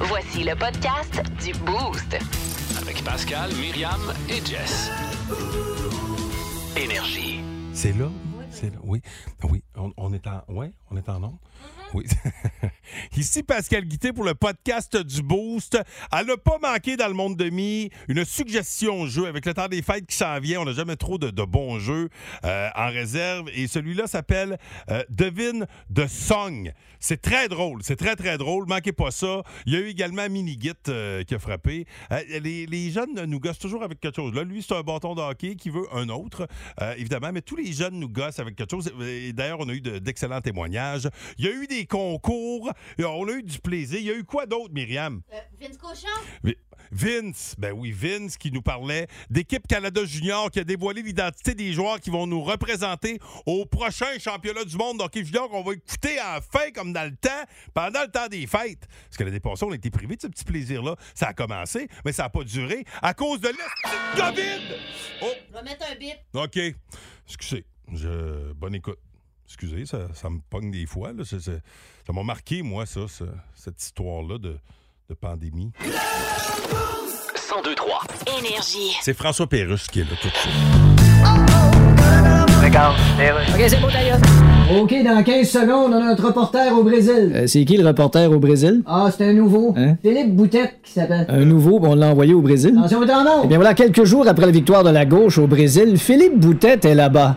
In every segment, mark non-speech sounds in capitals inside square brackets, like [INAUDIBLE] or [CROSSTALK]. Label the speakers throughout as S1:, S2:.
S1: Voici le podcast du Boost.
S2: Avec Pascal, Myriam et Jess. Énergie.
S3: C'est là? C'est là. Oui. Oui. On, on est en. Ouais, on est en nombre. Oui. [LAUGHS] Ici Pascal Guité pour le podcast du Boost. Elle n'a pas manqué dans le monde de mi une suggestion jeu avec le temps des fêtes qui s'en vient. On n'a jamais trop de, de bons jeux euh, en réserve. Et celui-là s'appelle euh, Devine de Song. C'est très drôle. C'est très, très drôle. Manquez pas ça. Il y a eu également Minigit euh, qui a frappé. Euh, les, les jeunes nous gossent toujours avec quelque chose. Là, lui, c'est un bâton de hockey qui veut un autre, euh, évidemment. Mais tous les jeunes nous gossent avec quelque chose. Et d'ailleurs, on a eu de- d'excellents témoignages. Il y a eu des concours. Et On a eu du plaisir. Il y a eu quoi d'autre, Myriam?
S4: Euh, Vince Cochon,
S3: Vi- Vince, ben oui, Vince qui nous parlait d'équipe Canada Junior qui a dévoilé l'identité des joueurs qui vont nous représenter au prochain championnat du monde d'hockey junior qu'on va écouter à la fin comme dans le temps, pendant le temps des fêtes. Parce que l'année passée, on a été privés de ce petit plaisir-là. Ça a commencé, mais ça n'a pas duré à cause de la COVID.
S4: je vais mettre un bip.
S3: Oh, OK. Excusez. Je... Bonne écoute. Excusez, ça, ça me pogne des fois. là. C'est- c'est- Ça m'a marqué, moi, ça, ce- cette histoire-là de- de pandémie.
S2: 1023.
S1: Énergie.
S3: C'est François Pérusse qui est là tout de suite.
S5: OK, dans 15 secondes, on a notre reporter au Brésil.
S6: Euh, c'est qui le reporter au Brésil?
S5: Ah, c'est un nouveau.
S6: Hein?
S5: Philippe Boutette qui s'appelle.
S6: Un nouveau, puis on l'a envoyé au Brésil?
S5: Attention, votre nom!
S6: Eh bien voilà, quelques jours après la victoire de la gauche au Brésil, Philippe Boutette est là-bas.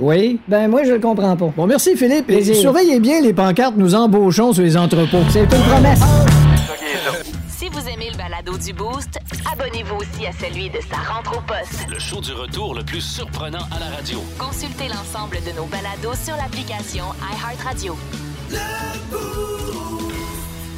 S6: Oui.
S5: ben moi, je le comprends pas.
S6: Bon, merci Philippe. Et
S5: Plaisir.
S6: surveillez bien les pancartes Nous embauchons sur les entrepôts.
S5: C'est une promesse.
S1: Si vous aimez le balado du Boost, abonnez-vous aussi à celui de sa rentre au poste.
S2: Le show du retour le plus surprenant à la radio.
S1: Consultez l'ensemble de nos balados sur l'application iHeartRadio.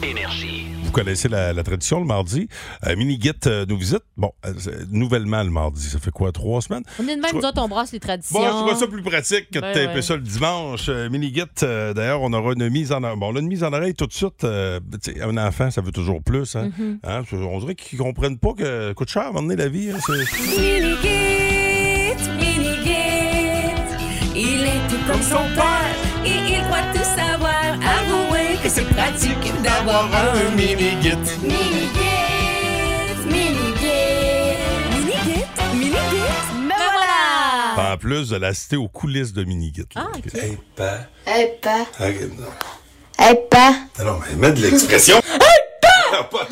S2: Énergie.
S3: Vous connaissez la, la tradition le mardi. Euh, Minigit euh, nous visite. Bon, euh, c'est- nouvellement le mardi, ça fait quoi, trois semaines?
S7: On est de
S3: Je
S7: même,
S3: vois-
S7: nous autres, on brasse les traditions.
S3: Bon, je trouve ça plus pratique que de
S7: Ben
S3: taper
S7: ouais.
S3: ça le dimanche. Euh, Minigit, euh, d'ailleurs, on aura une mise en oreille. Bon, là, une mise en oreille tout de suite. euh, tu sais, un enfant, ça veut toujours plus. Hein?
S7: Mm-hmm.
S3: Hein? On dirait qu'ils comprennent pas que coûte cher à un moment donné, la vie. hein, c'est-
S8: Minigit, Minigit, il est tout comme son père et il croit tout savoir. Avouez que c'est pratique d'avoir un Minigit, Minigit, Minigit, Minigit, me voilà!
S3: En plus de la cité aux coulisses de Minigit. Ah, Hey, pa. Hey, pa.
S8: Hey, pa!
S3: Alors, mais mets de l'expression. [LAUGHS] Ah, hey, pa!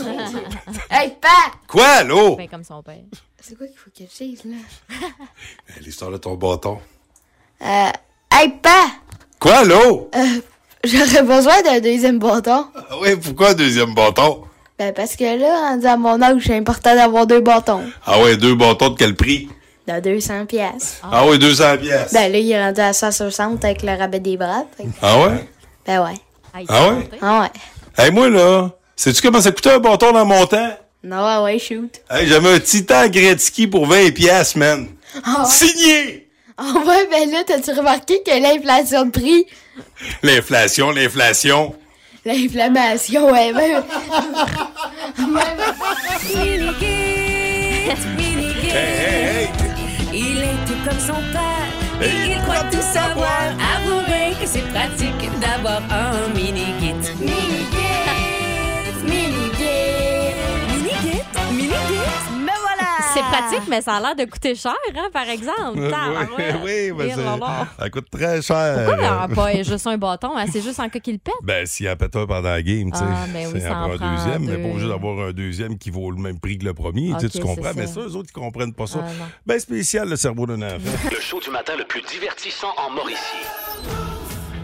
S8: Hey, pa!
S3: Quoi, allô?
S7: Ben, comme son père.
S8: C'est quoi qu'il faut que je dise, là?
S3: L'histoire de ton bâton.
S8: Euh, hey, pa!
S3: Quoi, l'eau?
S8: J'aurais besoin d'un deuxième bâton.
S3: Oui, Ah pourquoi un deuxième bâton?
S8: Ben, parce que là, rendu à mon âge, c'est important d'avoir deux bâtons.
S3: Ah ouais, deux bâtons de quel prix?
S8: De 200 pièces.
S3: Ah ouais, 200 pièces.
S8: Ben là, il est rendu à 160 avec le rabais des bras. fait que-
S3: Ah ouais?
S8: Ben ouais.
S7: Hey,
S3: Ah
S7: il
S3: ouais?
S7: est content.
S8: Ah ouais.
S3: Hey, moi là, sais-tu comment ça coûtait un bâton dans mon temps?
S8: Non, ah ouais, shoot.
S3: Hey, j'avais un Titan Gretzky pour 20 pièces, man. Signé!
S8: Ah ouais, ben là, t'as-tu remarqué que l'inflation de prix,
S3: L'inflation, l'inflation.
S8: l'inflammation, ouais, même...
S3: Hey, hey,
S8: Il est tout comme son père, et il croit tout savoir. Avouez que c'est pratique d'avoir un mini-kit. Mini-kit, mini-kit, mini-kit, mini-kit, me voilà!
S7: C'est pratique, mais ça a l'air de coûter cher, hein,
S3: [LAUGHS]
S7: par exemple.
S3: Euh,
S7: Tabarouette.
S3: oui, oui, mais
S7: Et lala.
S3: c'est- Euh, ça coûte très cher.
S7: Pourquoi leur ah, pas est juste un bâton? hein? C'est juste en cas qu'il pète.
S3: Ben, s'il en pète un pendant la game, tu sais,
S7: Ah, mais oui,
S3: c'est
S7: ça en
S3: un
S7: prend
S3: deuxième, mais
S7: deux.
S3: pas obligé d'avoir un deuxième qui vaut le même prix que le premier, tu sais,
S7: Ok,
S3: tu comprends.
S7: c'est
S3: Mais
S7: ça.
S3: ça, eux autres, ils comprennent pas ça.
S7: Ah, non.
S3: ben, spécial, le cerveau d'un enfant.
S2: Le show du matin le plus divertissant en Mauricie.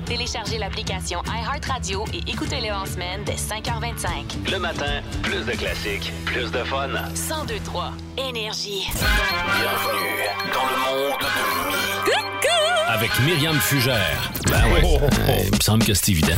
S1: Téléchargez l'application iHeartRadio et écoutez-le en semaine dès 5h25.
S2: Le matin, plus de classiques, plus de fun.
S1: 1023 Énergie.
S2: Bienvenue dans le monde de Avec Myriam Fugère. Ben ouais.
S3: Oh, oh, oh.
S2: il me semble que c'est évident.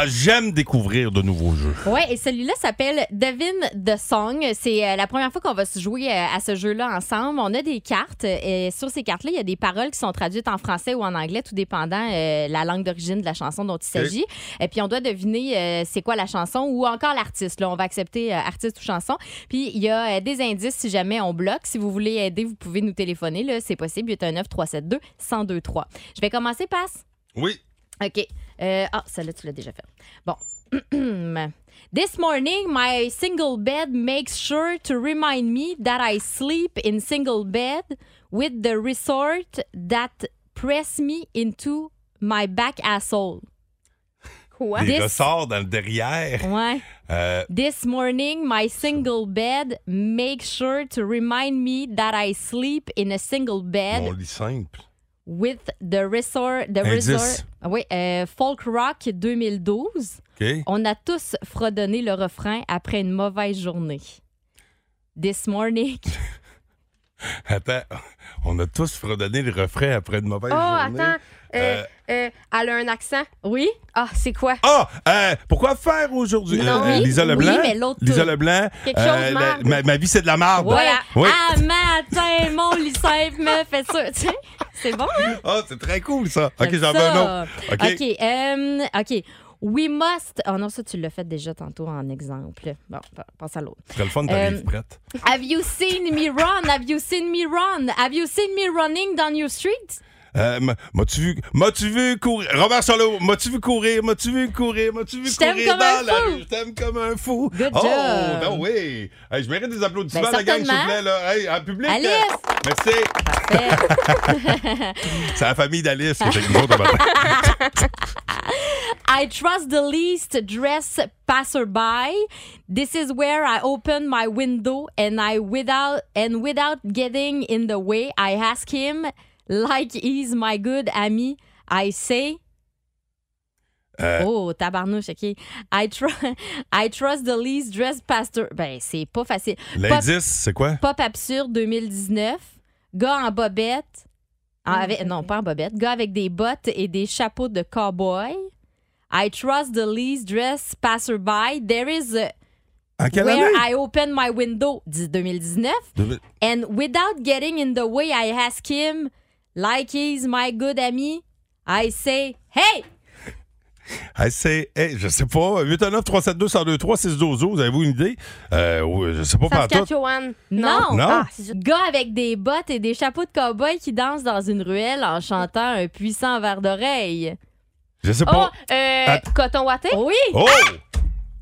S3: Ah, j'aime découvrir de nouveaux jeux.
S7: Oui, et celui-là s'appelle Devine the Song. C'est euh, la première fois qu'on va se jouer euh, à ce jeu-là ensemble. On a des cartes euh, et sur ces cartes-là, il y a des paroles qui sont traduites en français ou en anglais, tout dépendant euh, la langue d'origine de la chanson dont il s'agit. Et puis on doit deviner euh, c'est quoi la chanson ou encore l'artiste. Là, on va accepter euh, artiste ou chanson. Puis il y a euh, des indices si jamais on bloque. Si vous voulez aider, vous pouvez nous téléphoner. Là, c'est possible. 819 372 1023. Je vais commencer, passe.
S3: Oui.
S7: OK. Euh, ah, celle-là, tu l'as déjà fait. Bon. [CLEARS THROAT] This morning, my single bed makes sure to remind me that I sleep in single bed with the resort that press me into my back asshole. Quoi?
S3: Des ressorts dans le derrière.
S7: Ouais.
S3: Euh,
S7: This morning, my single bed makes sure to remind me that I sleep in a single bed
S3: mon lit simple.
S7: with the resort. The
S3: Indice.
S7: resort. Ah Oui, euh, Folk Rock 2012.
S3: OK?
S7: On a tous fredonné le refrain après une mauvaise journée. This morning. [LAUGHS]
S3: Attends, on a tous fredonné le refrain après une mauvaise
S9: Oh,
S3: journée.
S9: attends. Euh,
S3: Euh,
S9: euh, elle a un accent.
S7: Oui?
S9: Ah, c'est quoi?
S3: Ah! euh, pourquoi faire aujourd'hui? Euh,
S9: Non, oui,
S3: Lisa
S7: oui,
S3: Leblanc?
S7: mais l'autre
S3: Lisa
S7: tout.
S3: Leblanc. euh,
S9: Quelque chose de
S3: la-
S9: marde.
S3: ma, ma vie, c'est de la marde.
S7: Voilà.
S3: Oui.
S7: Ah, matin, mon lycée me fait ça. Tu sais, C'est bon, hein?
S3: [LAUGHS] Ah, c'est très cool, ça. OK,
S7: J'aime
S3: j'en veux
S7: ça.
S3: un autre. OK.
S7: OK. euh, OK. We must. Oh non, ça, tu l'as fait déjà tantôt en exemple. Bon, pa- passe à l'autre.
S3: [LAUGHS] Ce serait le fun, t'arrives
S7: Euh,
S3: prête.
S7: Have you seen me run? Have you seen me run? Have you seen me running down your street?
S3: Euh, m- m'as-tu vu, m'as-tu vu courir? Robert Solo, m'as-tu vu courir? M'as-tu vu courir? M'as-tu vu
S7: Je t'aime
S3: courir
S7: comme un
S3: dans la
S7: fou.
S3: rue? Je t'aime comme un fou.
S7: Good
S3: oh,
S7: job.
S3: ben oui. Hey, je mérite des applaudissements,
S7: Ben,
S3: la gang, s'il vous plaît.
S7: certainement.
S3: Là. Hey, en public.
S7: Alice!
S3: euh, merci.
S7: Euh,
S3: C'est la famille d'Alice qui est avec nous autres
S7: [LAUGHS]
S3: ce matin.
S7: I trust the least dress passerby. This is where I open my window and I without and without getting in the way, I ask him like he's my good ami. I say
S3: Euh.
S7: Oh, tabarnouche, OK. I, tru- [LAUGHS] I trust the least dress pastor. Ben, c'est pas facile. Pop,
S3: L'indice, c'est quoi?
S7: Pop absurde 2019. Gars en bobette. En-
S9: Ah,
S7: avec- non, pas en bobette. Gars avec des bottes et des chapeaux de cowboy. I trust the least dress passerby. There is a-
S3: En quelle
S7: where
S3: année?
S7: I open my window, dit 2019.
S3: Deux-
S7: And without getting in the way, I ask him, like he's my good ami. I say, hey!
S3: Hey, c'est, hey, je sais pas, 819 372 1023 612 avez-vous une idée? Euh, oui, je sais pas, pas tout.
S9: Saskatchewan.
S7: Non!
S3: Non.
S9: Ah, c'est-
S7: Gars avec des bottes et des chapeaux de cowboy qui dansent dans une ruelle en chantant un puissant verre d'oreille.
S3: Je sais
S9: Oh,
S3: pas.
S7: Ah,
S9: euh, Coton Watté?
S7: Oui!
S3: Oh!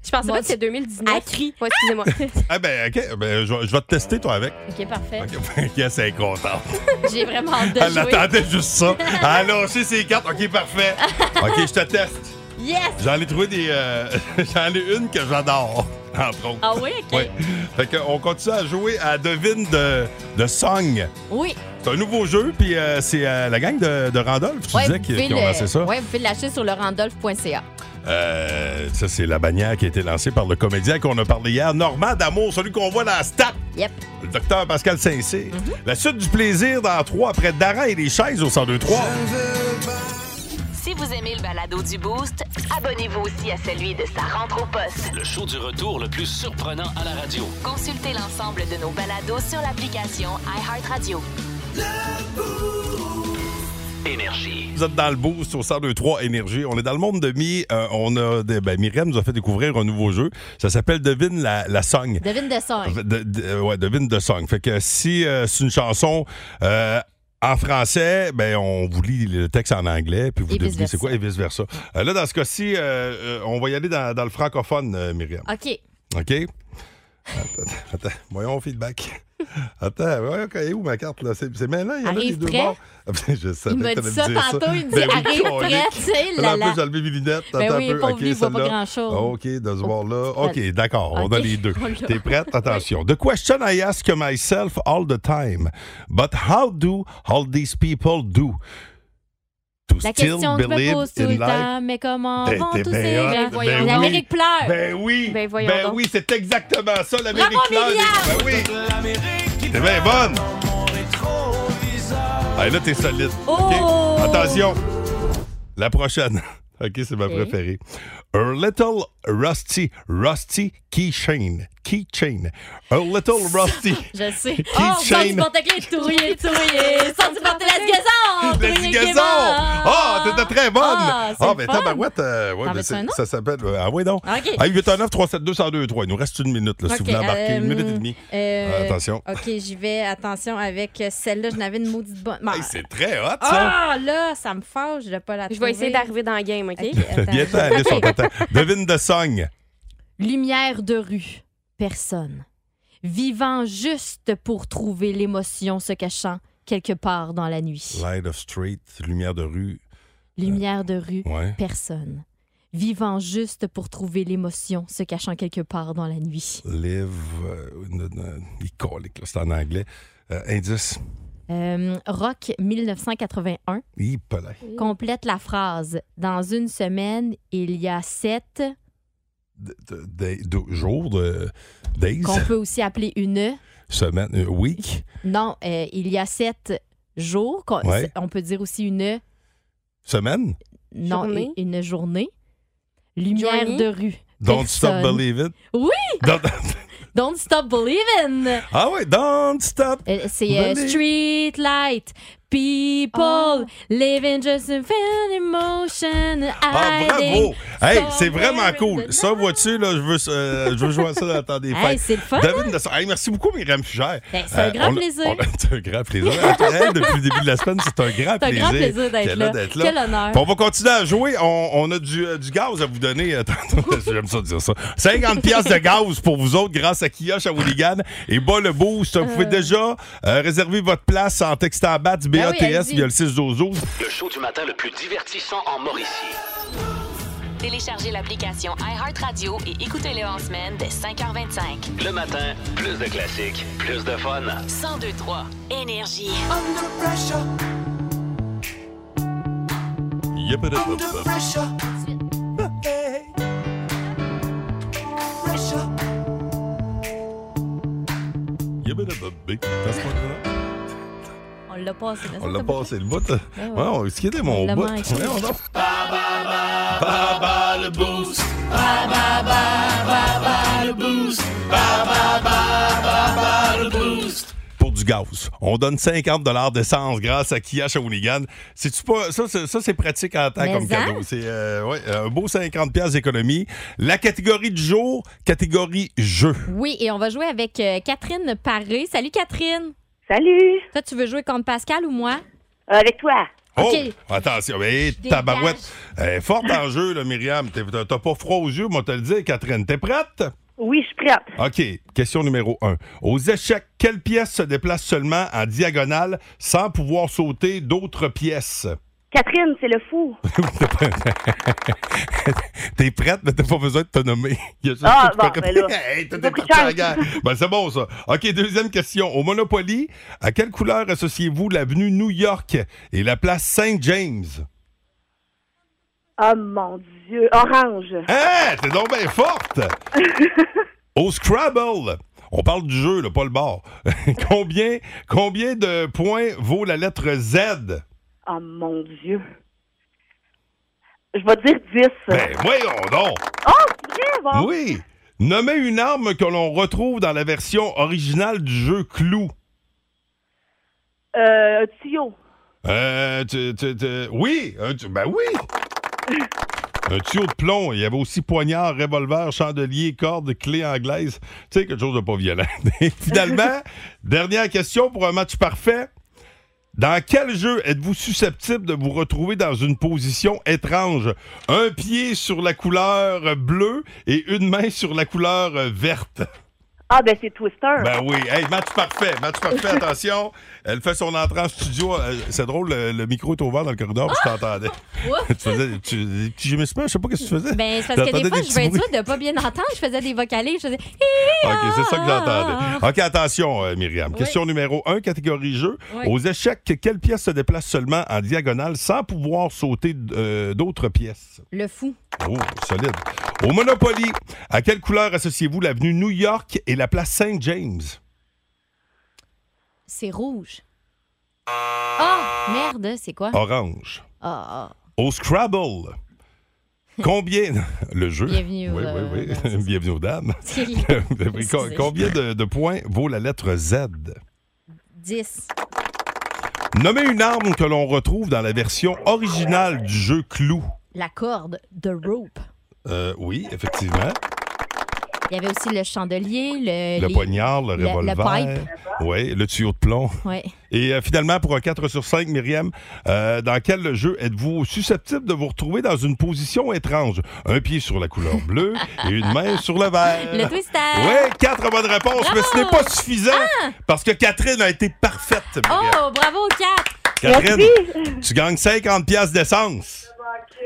S9: Je pensais
S7: Mon
S9: pas que c'était 2019.
S7: À cri.
S9: Ouais, excusez-moi.
S3: Ah ben, OK, ben, je, vais- je vais te tester, toi, avec.
S7: OK, parfait.
S3: OK, [LAUGHS] ben, yes, elle est contente.
S7: J'ai vraiment
S3: [LAUGHS]
S7: hâte de
S3: Elle
S7: jouer.
S3: attendait juste
S7: [LAUGHS]
S3: ça. Elle a lâché ses cartes. OK, parfait. OK, je te teste.
S7: Yes!
S3: J'en ai trouvé des... euh, [LAUGHS] J'en ai une que j'adore, entre autres.
S7: Ah oui, OK.
S3: Ouais. Fait qu'on continue à jouer à Devine de, de Song.
S7: Oui.
S3: C'est un nouveau jeu, puis euh, c'est euh, la gang de, de Randolph, tu
S7: Ouais,
S3: disais,
S7: vous
S3: qui,
S7: pouvez
S3: qui ont
S7: le-
S3: lancé ça.
S7: Ouais, vous pouvez le lâcher sur le randolph.ca.
S3: Euh, ça, c'est la bannière qui a été lancée par le comédien qu'on a parlé hier, Normand D'Amour, celui qu'on voit dans la stat.
S7: Yep.
S3: Le docteur Pascal Saint-Cyr. La suite du plaisir dans 3 après Dara et les chaises au 102-3.
S1: Si vous aimez le balado du Boost, abonnez-vous aussi à celui de Sa rentre au poste.
S2: Le show du retour le plus surprenant à la radio.
S1: Consultez l'ensemble de nos balados sur l'application iHeartRadio.
S2: Énergie.
S3: Vous êtes dans le boost au 102-3 Énergie. On est dans le monde de Mi. Euh, on a des- ben, Myriam nous a fait découvrir un nouveau jeu. Ça s'appelle Devine la, la song.
S7: Devine de son.
S3: De- de- euh, ouais, devine de song. Fait que si euh, c'est une chanson euh, en français, ben on vous lit le texte en anglais, puis vous
S7: Et
S3: devinez
S7: vice-versa.
S3: c'est quoi et vice versa. là, dans ce cas-ci, euh, euh, on va y aller dans, dans le francophone, euh, Myriam.
S7: OK.
S3: OK? Attends, attends, voyons au feedback. Attends, voyons, ok, elle est où ma carte là? C'est c'est maintenant, il y en a
S7: Arrive
S3: les deux
S7: prêt?
S3: bords. [LAUGHS] Je savais
S7: Il m'a
S3: que
S7: dit
S3: t'allais
S7: ça
S3: me dire
S7: tantôt. Il me dit
S3: Ben oui,
S7: arrive
S3: colique.
S7: prêt, tu sais,
S3: Là,
S7: là
S3: en plus,
S7: là.
S3: j'ai enlevé mes lunettes.
S7: Ben
S3: Attends
S7: oui,
S3: un peu.
S7: pauvre
S3: OK,
S7: lui, il voit pas
S3: celle-là.
S7: grand-chose.
S3: OK, de ce
S7: Oh,
S3: voir-là.
S7: tu
S3: OK, d'accord, on
S7: OK. Oh
S3: a les deux.
S7: On l'a.
S3: T'es prête? Attention. The question I ask myself all the time, but how do all these people do to
S7: La
S3: still
S7: question que je me
S3: believe
S7: pose tout
S3: in
S7: le
S3: life?
S7: temps, mais comment
S3: Ben,
S7: vont
S3: t'es
S7: tous
S3: bien
S7: ces
S3: hot,
S7: gens?
S3: ben Voyons oui. donc.
S7: L'Amérique pleure.
S3: Ben oui!
S9: Ben voyons donc.
S3: oui, c'est exactement ça, l'Amérique
S7: Bravo,
S3: Laure.
S7: Myriam!
S3: Ben oui! T'es bien bonne! Hey, là, t'es solide.
S7: Oh!
S3: OK? Attention! La prochaine. [LAUGHS] OK, c'est ma préférée. A little rusty, rusty keychain. Keychain. A little
S7: [LAUGHS]
S3: rusty.
S7: Je sais.
S3: Keychain.
S7: Oh, sans du porte-clés, touillé, touillé. Sans du
S3: [LAUGHS]
S7: porte-clés, gazon.
S3: La ligaison! Ah, t'étais très bonne!
S7: Ah,
S3: Ah,
S7: c'est
S3: ben
S7: le fun.
S3: tabarouette, euh, ouais,
S7: T'en
S3: ben,
S7: veux-tu
S3: c'est-
S7: un autre?
S3: ça s'appelle... euh, ah oui, donc.
S7: OK.
S3: [LAUGHS] Ah, 819 372 1023 Il nous reste une minute, là, si vous
S7: Ok,
S3: voulez embarquer. une
S7: euh,
S3: minute et demie.
S7: euh,
S3: Ah, attention.
S7: OK, j'y vais. Attention avec euh, celle-là. Je n'avais une maudite bonne. Bon,
S3: Hey, c'est très hot, ça!
S7: ah, là, ça me fâche. Je ne pas la
S9: Je vais essayer
S7: trouver.
S9: d'arriver dans le game, OK?
S7: OK, attends.
S3: Bien fait, Alice, on
S7: [LAUGHS]
S3: t'attend. Devine de song.
S7: Lumière de rue. Personne. Vivant juste pour trouver l'émotion se cachant quelque part dans la nuit.
S3: Light of street, lumière de rue.
S7: Lumière de rue.
S3: Ouais.
S7: Personne. Vivant juste pour trouver l'émotion se cachant quelque part dans la nuit.
S3: Live... euh, une- une- iconique, là, c'est en anglais. Euh, indice.
S7: Euh, rock 1981
S3: Hippolyte.
S7: complète la phrase. Dans une semaine, il y a sept,
S3: de- de- des- deux jours, de, days,
S7: qu'on peut aussi appeler une.
S3: semaine, euh, week,
S7: Non, euh, il y a sept jours. qu'on-
S3: Ouais.
S7: On peut dire aussi une.
S3: semaine.
S7: Non,
S9: Journée.
S7: une journée. Lumière
S9: Journey.
S7: de rue.
S3: Don't
S7: Personne.
S3: stop believe it.
S7: Oui!
S3: Don't-
S7: Don't stop believing!
S3: ah ouais, don't stop.
S7: Euh, c'est euh,
S3: Venez.
S7: Street Light. People living just in an emotion.
S3: Ah
S7: hiding.
S3: bravo! Hey, c'est
S7: Somewhere
S3: vraiment
S7: in
S3: cool.
S7: the
S3: Ça, vois-tu, là, je veux, euh, je veux jouer à ça dans le temps des
S7: Hey,
S3: fêtes.
S7: c'est le fun. hein?
S3: David de Hey, merci beaucoup, Myriam Fugère. Euh,
S7: Ben, c'est un grand
S3: on a-
S7: plaisir.
S3: on a- C'est un grand plaisir. Hey, depuis le début de la semaine, c'est un grand
S7: C'est un
S3: plaisir.
S7: grand plaisir d'être
S3: qu'elle
S7: là.
S3: a d'être
S7: Quel honneur.
S3: Puis on va continuer à jouer. On, on a du, euh, du gaz à vous donner. euh, [LAUGHS] tantôt. J'aime ça dire ça. 50 piastres de gaz pour vous autres grâce à Kiosh à Hooligan. Et bas le boost. Vous pouvez déjà euh, réserver votre place en textant à BATS,
S7: Ben oui,
S3: BATS,
S7: allez-y.
S3: via le 612
S2: Le show du matin le plus divertissant en Mauricie.
S1: Téléchargez l'application iHeartRadio et écoutez-le en semaine dès 5h25.
S2: Le matin, plus de classiques, plus de fun.
S1: 1023 Énergie.
S3: Yep, it up, up, up. Yep, it up, up, big. T'as ce point-là?
S7: On l'a passé. là,
S3: On
S7: ça,
S3: l'a
S7: t'as
S3: passé le bout. là.
S7: Ah Ouais, ouais.
S3: Ouais, on- ce qui était
S7: On
S3: mon
S7: l'a
S3: bout.
S7: manqué.
S3: Ouais, on a- pour du gaz. On donne 50 d'essence grâce à Kia Shawinigan. C'est-tu pas... Ça, c'est- ça, c'est pratique en temps
S7: Mais hein?
S3: comme
S7: ça?
S3: cadeau. C'est euh, ouais, un beau 50 pièces d'économie. La catégorie du jour, catégorie jeu.
S7: pas- Oui, et on va jouer avec euh, Catherine Paré. Salut Catherine.
S10: Salut,
S7: Toi, tu veux jouer contre Pascal ou moi?
S10: avec toi.
S3: Oh!
S7: OK.
S3: Attention, mais
S7: Dégage.
S3: tabarouette. Eh, forte en jeu, là, Myriam. T'es- T'as t'as pas froid aux yeux, moi, te le dire, Catherine. T'es prête?
S10: Oui, je suis prête.
S3: OK. Question numéro 1. Aux échecs, quelle pièce se déplace seulement en diagonale sans pouvoir sauter d'autres pièces?
S10: Catherine, c'est le
S3: [LAUGHS]
S10: fou.
S3: T'es prête, mais t'as pas besoin de te nommer. [LAUGHS] Il y a juste
S10: Ah,
S3: que tu peux
S10: bon, ben
S3: répondre.
S10: là,
S3: Hey, t'es
S10: j'ai pas pris
S3: parti à la
S10: de
S3: guerre. Ben, c'est bon, ça. OK, deuxième question. Au Monopoly, à quelle couleur associez-vous l'avenue New York et la place Saint-James?
S10: Oh mon Dieu, orange.
S3: Hein? T'es donc bien forte! Au Scrabble, on parle du jeu, là, pas le bar. [LAUGHS] combien, combien de points vaut la lettre Z?
S10: Oh mon Dieu. Je vais dire 10.
S3: Ben, voyons donc!
S10: Oh, c'est vrai, bon.
S3: Oui! Nommez une arme que l'on retrouve dans la version originale du jeu Clou.
S10: Euh, un tuyau.
S3: Euh, tu- tu- tu- oui, un tu- ben oui. Un tuyau de plomb. Il y avait aussi poignard, revolver, chandelier, corde, clé anglaise. Tu sais, quelque chose de pas violent. [LAUGHS] Et finalement, dernière question pour un match parfait. Dans quel jeu êtes-vous susceptible de vous retrouver dans une position étrange? Un pied sur la couleur bleue et une main sur la couleur verte.
S10: Ah, ben c'est Twister.
S3: Ben oui. Hey, match parfait. Match parfait. Attention. Elle fait son entrée en studio. Euh, C'est drôle, le, le micro est ouvert dans le corridor, puis je
S7: [LAUGHS]
S3: t'entendais. tu faisais tu, des petits gémissements. Je sais pas ce que tu faisais.
S7: Ben, c'est parce que
S3: T'entendais
S7: des fois,
S3: des
S7: je vais
S3: petits
S7: être sûre de pas bien entendre. Je faisais des vocalises. Je faisais.
S3: OK, c'est ça que
S7: ah.
S3: j'entendais. OK, attention, euh, Myriam. Question numéro 1, catégorie jeu.
S7: Oui.
S3: Aux échecs, quelle pièce se déplace seulement en diagonale sans pouvoir sauter euh, d'autres pièces?
S7: Le fou.
S3: Oh, solide. Au Monopoly, à quelle couleur associez-vous l'avenue New York et la place Saint-James?
S7: C'est rouge. Ah, merde, c'est quoi?
S3: Orange.
S7: Ah, ah.
S3: Au Scrabble, Combien. [LAUGHS] Le jeu.
S7: Bienvenue aux-
S3: Oui, oui,
S7: euh,
S3: [LAUGHS] oui. Bienvenue aux dames.
S7: Thierry.
S3: Co- Combien de, de points vaut la lettre Z?
S7: 10.
S3: Nommez une arme que l'on retrouve dans la version originale du jeu Clou.
S7: La corde, the rope.
S3: Euh, oui, effectivement.
S7: Il y avait aussi le chandelier, le.
S3: Le
S7: les-
S3: poignard, le
S7: le- le
S3: revolver.
S7: pipe.
S3: Oui, le tuyau de plomb.
S7: Ouais.
S3: Et euh, finalement, pour un 4 sur 5, Myriam, euh, dans quel jeu êtes-vous susceptible de vous retrouver dans une position étrange? Un pied sur la couleur bleue et une main sur le vert.
S7: Le twister.
S3: Oui, quatre bonnes réponses, mais ce n'est
S7: Bravo.
S3: pas suffisant
S10: Ah!
S3: parce que Catherine a été parfaite. Myriam.
S7: Oh, bravo, Kat!
S3: Catherine, tu gagnes 50 pièces d'essence.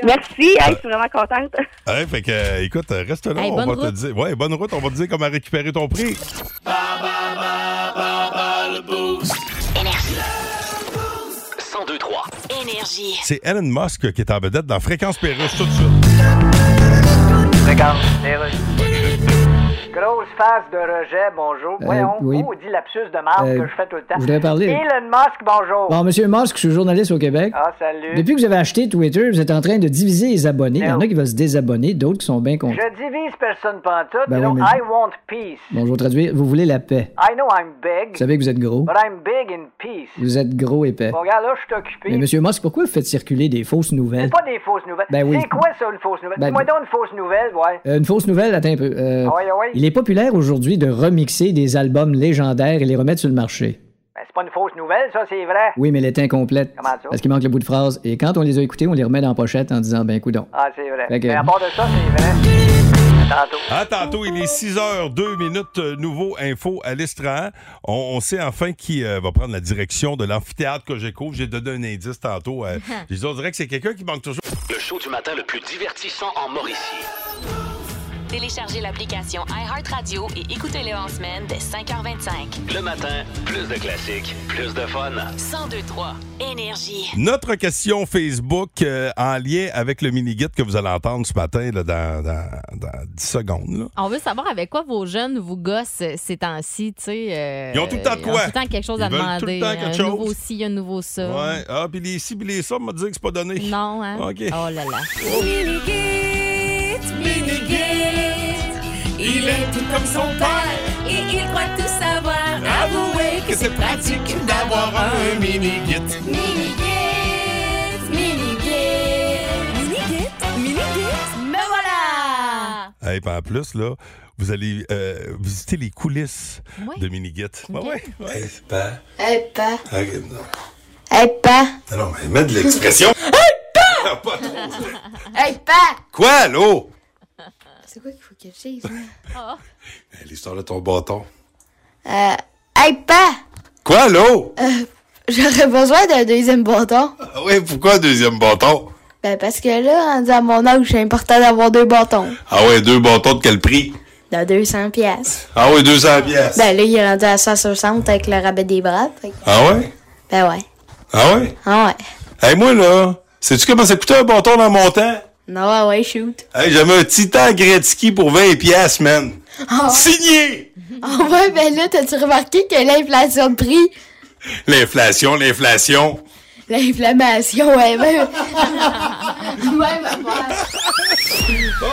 S10: Merci, Hey, je suis vraiment contente.
S3: Ouais, fait que, euh, écoute, euh, reste là,
S10: Hey,
S3: on va
S10: bonne
S3: te
S10: route.
S3: dire. Ouais, bonne route, on va te dire comment récupérer ton prix.
S2: le boost. Énergie. 1023.
S1: Énergie.
S3: C'est Elon Musk qui est en vedette dans Fréquence Pérusse tout de suite.
S11: Grosse phase de rejet, bonjour.
S5: Euh,
S11: Voyons,
S5: oui.
S11: oh, dit lapsus de marde
S5: Euh,
S11: que je fais tout le temps.
S5: je voulais parler.
S11: Elon Musk, bonjour.
S5: Bon, Monsieur Musk, je suis journaliste au Québec.
S11: Ah, salut.
S5: Depuis que vous avez acheté Twitter, vous êtes en train de diviser les abonnés. Il y en a qui vont se désabonner, d'autres qui sont bien contents.
S11: Je divise personne pantoute,
S5: Ben
S11: donc
S5: oui, mais-
S11: I want peace.
S5: Bon, je vais traduire. Vous voulez la paix.
S11: I know I'm big,
S5: Vous savez que vous êtes gros.
S11: but I'm big in peace.
S5: Vous êtes gros et paix.
S11: Bon, regarde, là, je suis occupé.
S5: Mais Monsieur Musk, pourquoi vous faites circuler des fausses nouvelles?
S11: C'est pas des fausses nouvelles.
S5: Ben oui.
S11: C'est quoi ça, une fausse nouvelle?
S5: Ben-
S11: Dis-moi donc une fausse nouvelle, ouais.
S5: Euh, une fausse nouvelle, attends un peu. Euh,
S11: Ah oui, ah oui.
S5: Il est populaire aujourd'hui de remixer des albums légendaires et les remettre sur le marché.
S11: Ben, c'est pas une fausse nouvelle, ça, c'est vrai.
S5: Oui, mais elle est incomplète.
S11: Comment ça?
S5: Parce qu'il manque le bout de phrase. Et quand on les a écoutés, on les remet dans la pochette en disant, ben, coudon.
S11: Ah, c'est vrai.
S5: Fait que-
S11: Mais à part de ça, c'est vrai.
S3: À tantôt, il est 6 h 2 minutes, euh, nouveau info à l'Estrahan. On, on sait enfin qui euh, va prendre la direction de l'amphithéâtre Cogeco. J'ai donné un indice
S10: [LAUGHS]
S3: tantôt. euh, je dis, on dirait que c'est quelqu'un qui manque toujours.
S2: Le show du matin le plus divertissant en Mauricie.
S1: Téléchargez l'application iHeartRadio et écoutez-le en semaine dès 5h25.
S2: Le matin, plus de classiques, plus de fun.
S1: 1023 Énergie.
S3: Notre question Facebook euh, en lien avec le mini-guide que vous allez entendre ce matin là, dans, dans- dans 10 secondes. là.
S7: On veut savoir avec quoi vos jeunes vous gossent ces temps-ci, tu sais. euh,
S3: Ils ont tout le temps de
S7: ils ont
S3: quoi.
S7: tout le temps quelque chose
S3: Ils
S7: à
S3: veulent
S7: demander.
S3: tout le temps quelque
S7: un
S3: chose.
S7: nouveau ci, un nouveau ça.
S8: Euh.
S3: Ouais. Ah, puis les ci, puis les ça, on m'a dit que c'est pas donné.
S7: Non, hein?
S3: [LAUGHS] OK.
S7: Oh là là.
S8: Minigit, Minigit, il est tout comme son père et il croit tout savoir. Avouez que c'est pratique d'avoir un minigit.
S7: Ah.
S8: Minigit, Minigit, Minigit, Minigit, me voilà!
S3: Et puis en plus, là, vous allez euh, visiter les coulisses
S8: Ouais.
S3: de mini-guide. Ouais, ouais, ouais.
S8: Hey, pas.
S3: Ok, non.
S8: Hey, pas.
S3: Non, mais mets de l'expression.
S8: Hey,
S3: [LAUGHS] pas!
S8: Hey, pas!
S3: Quoi, allô?
S8: C'est quoi qu'il faut que je dise?
S12: hein?
S8: là?
S3: Eh, L'histoire de ton bâton.
S12: Euh, hey, pa!
S3: Quoi, allô?
S12: Euh, J'aurais besoin d'un deuxième bâton.
S3: Ah oui, pourquoi un deuxième bâton?
S12: Ben, parce que là, rendu à mon âge, c'est important d'avoir deux bâtons.
S3: Ah ouais, deux bâtons de quel prix?
S12: De 200 pièces.
S3: Ah ouais, 200 pièces.
S12: Ben, là, il est rendu à 160 avec le rabais des bras. fait que-
S3: Ah ouais?
S12: Ben, ouais.
S3: Ah ouais?
S12: Ah, ouais.
S3: Hey, moi, là, sais-tu comment ça coûtait un bâton dans mon temps?
S12: Non, ah, ouais, shoot.
S3: Hey, j'avais un Titan Gretzky pour 20 pièces, man. Signé!
S12: Ah, ouais, ben là, t'as-tu remarqué que l'inflation de prix,
S3: L'inflation, l'inflation.
S12: l'inflammation, ouais, même. [LAUGHS] même
S3: Oh!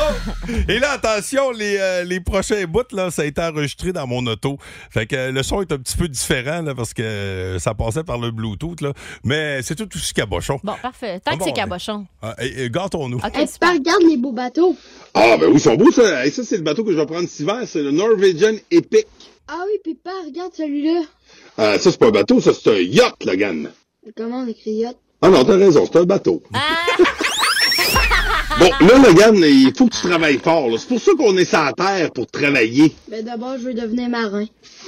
S3: Et là, attention, les, euh, les prochains bouts, là, ça a été enregistré dans mon auto. Fait que euh, le son est un petit peu différent, là, parce que euh, ça passait par le Bluetooth, là. Mais c'est tout aussi cabochon.
S7: Bon, parfait. Tant
S3: Ah
S7: que
S3: bon,
S7: c'est
S3: on-
S7: cabochon.
S3: Ah, et, et gâtons-nous.
S12: regarde les beaux bateaux.
S3: Ah, ben oui, ils sont beaux, ça. Et ça, c'est le bateau que je vais prendre cet hiver. C'est le Norwegian Epic.
S12: Ah oui, puis pas, regarde celui-là.
S3: Ah, ça, c'est pas un bateau, ça, c'est un yacht, Logan.
S12: Comment on écrit yacht?
S3: Ah non, t'as raison, c'est un bateau. [LAUGHS] bon, là, Logan, il faut que tu travailles fort. là. C'est pour ça qu'on est sur la terre, pour travailler.
S12: Ben, d'abord, je veux devenir marin.
S3: [LAUGHS]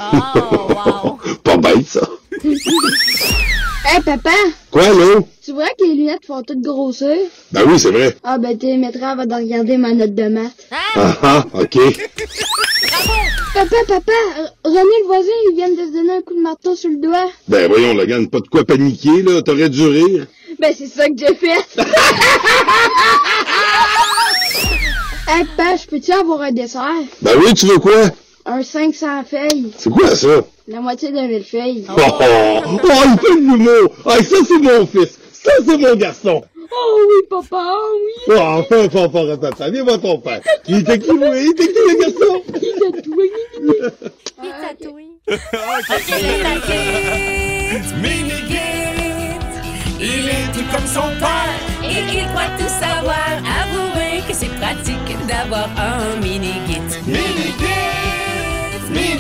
S3: Pas bête, ça.
S12: Hey, papa!
S3: Quoi, là?
S12: Tu vois que les lunettes font toutes grossir?
S3: Ben oui, c'est vrai.
S12: Ah, ben, tes mettra va de regarder ma note de maths.
S3: Ah, ah, OK.
S12: Papa, papa, R- Ah, euh, René le voisin, il vient de se donner un coup de marteau sur le doigt.
S3: Ben voyons, Logan, pas de quoi paniquer, là. T'aurais dû rire.
S12: Ben, c'est ça que j'ai fait. hey, papa, je peux-tu avoir un dessert?
S3: Ben oui, tu veux quoi?
S12: Un 500 feuilles.
S3: C'est quoi, ça?
S12: La moitié d'un mille feuilles.
S3: Oh, oh, il fait de l'humour. Ah, ça, c'est mon fils. Ça, c'est mon garçon.
S12: Oh oui, papa, oui.
S13: Oh, enfin, enfin, enfin, ratata. Viens voir ton père. Il était qui, vous? Il était qui, les garçons?
S12: Il est tatoué.
S7: Il est tatoué.
S8: Ok, le Kit, Mini Kit, il est tout comme son père et il croit tout savoir. Avouez que c'est pratique d'avoir un mini Kit. Mini Kit, Mini Kit, Mini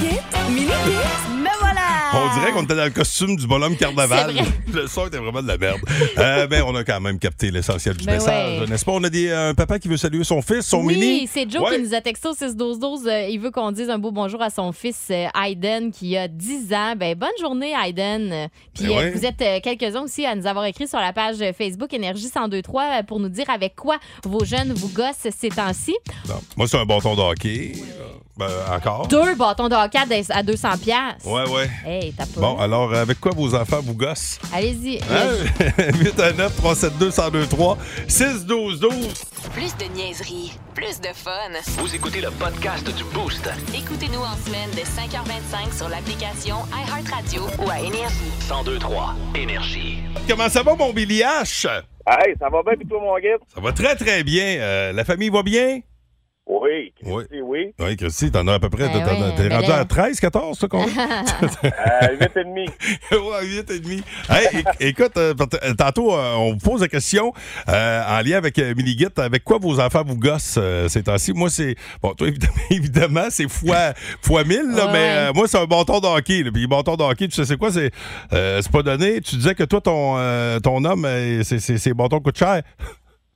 S8: Kit, Mini Kit, me voilà.
S3: On dirait qu'on était dans le costume du bonhomme carnaval. [LAUGHS] Le son était vraiment de la merde. Euh, ben, on a quand même capté l'essentiel du
S7: Ben
S3: message,
S7: ouais.
S3: n'est-ce pas? On a des, euh, un papa qui veut saluer son fils, son
S7: oui,
S3: mini.
S7: c'est Joe
S3: Ouais.
S7: qui nous a texté au 6-12-12. Euh, il veut qu'on dise un beau bonjour à son fils euh, Aiden qui a 10 ans. Ben, bonne journée, Aiden. Euh, Puis
S3: Ben
S7: euh,
S3: ouais.
S7: vous êtes euh, quelques-uns aussi à nous avoir écrit sur la page euh, Facebook Énergie 1023 euh, pour nous dire avec quoi vos jeunes vous gossent ces temps-ci.
S3: Non. Moi, c'est un bâton de hockey. Ben, encore.
S7: Deux bâtons de hockey à des- à 200 pièces.
S3: Ouais, ouais.
S7: Hey, t'as pas.
S3: Bon, alors, euh, avec quoi vos enfants vous gossent?
S7: Allez-y.
S3: Hein? [LAUGHS] 819 372 1023 6 12 12
S1: Plus de niaiserie, plus de fun.
S2: Vous écoutez le podcast du Boost.
S1: Écoutez-nous en semaine de 5h25 sur l'application iHeartRadio ou à Énergie.
S2: 1023 Énergie.
S3: Comment ça va, mon Billy H?
S14: Hey, ça va bien, puis toi, mon gars?
S3: Ça va très, très bien. Euh, la famille va bien?
S14: Oui,
S3: Oui.
S14: Christy, oui.
S3: Oui, Christy, t'en as à peu près.
S14: Ben
S3: t'en-
S14: ouais,
S3: t'es
S14: ben
S3: rendu
S14: là.
S3: à 13, 14, ça, qu'on
S14: [LAUGHS] Euh, 8 et demi.
S3: [LAUGHS] ouais, 8 et demi. Hey, é- écoute, euh, tant- euh, tantôt, euh, on vous pose la question euh, en lien avec euh, Minigit. Avec quoi vos enfants vous gossent euh, ces temps-ci? Moi, c'est. Bon, toi, évidemment, [LAUGHS] évidemment, c'est fois, fois mille, là,
S2: Ouais,
S3: mais
S2: ouais.
S3: euh, moi, c'est un bâton de hockey. là. Puis, bâton de hockey, tu sais, c'est quoi? C'est euh, c'est pas donné. Tu disais que toi, ton, euh, ton homme, euh, c'est- c'est ses bâtons coûtent cher.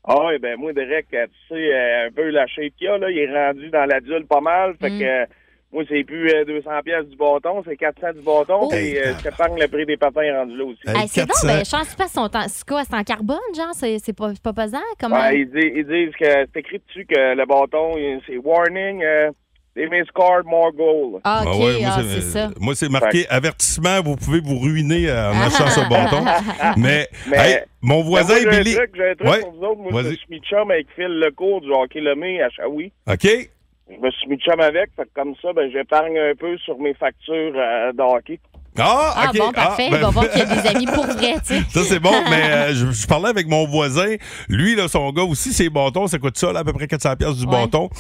S14: Ah, oui, ben, moi, Derek, euh, tu sais, euh, un peu la shape qu'il a, là, il est rendu dans l'adulte pas mal. Fait que, euh, moi, c'est plus euh, 200 pièces du bâton, c'est 400 du bâton, puis euh, je t'épargne le prix des patins rendus là aussi.
S7: Hey, c'est bon, ben, je pense pas son temps. C'est quoi, c'est en carbone, genre? C'est c'est pas, c'est pas pesant? euh? Comment?
S14: Ouais, ils, di- ils disent que c'est écrit dessus que le bâton, il- c'est warning, euh, they may score more goal.
S7: Ah,
S3: Ah ouais, moi, c'est- Moi, c'est marqué avertissement, vous pouvez vous ruiner euh,
S7: [LAUGHS]
S3: en achetant ce bâton. Mais,
S14: Mais-
S3: hey, mon voisin,
S14: Ben, moi, j'ai un
S3: Billy.
S14: truc- J'ai un truc
S3: Ouais,
S14: pour vous autres. Moi, je
S3: vas-y.
S14: me suis mis chum avec Phil Lecourt du hockey Lemay à Shawi.
S3: OK?
S14: Je me suis mis chum avec. Fait que comme ça, ben, j'épargne un peu sur mes factures euh, de hockey.
S3: Ah,
S7: Ah
S3: ok.
S7: bon, parfait.
S3: ben-
S7: Il va
S3: [LAUGHS]
S7: voir qu'il y a des amis pour vrai, tu sais.
S3: Ça, c'est bon, mais euh, je, je parlais avec mon voisin. Lui, là, son gars aussi, ses bâtons, ça coûte ça, là, à peu près 400$ piastres du bâton.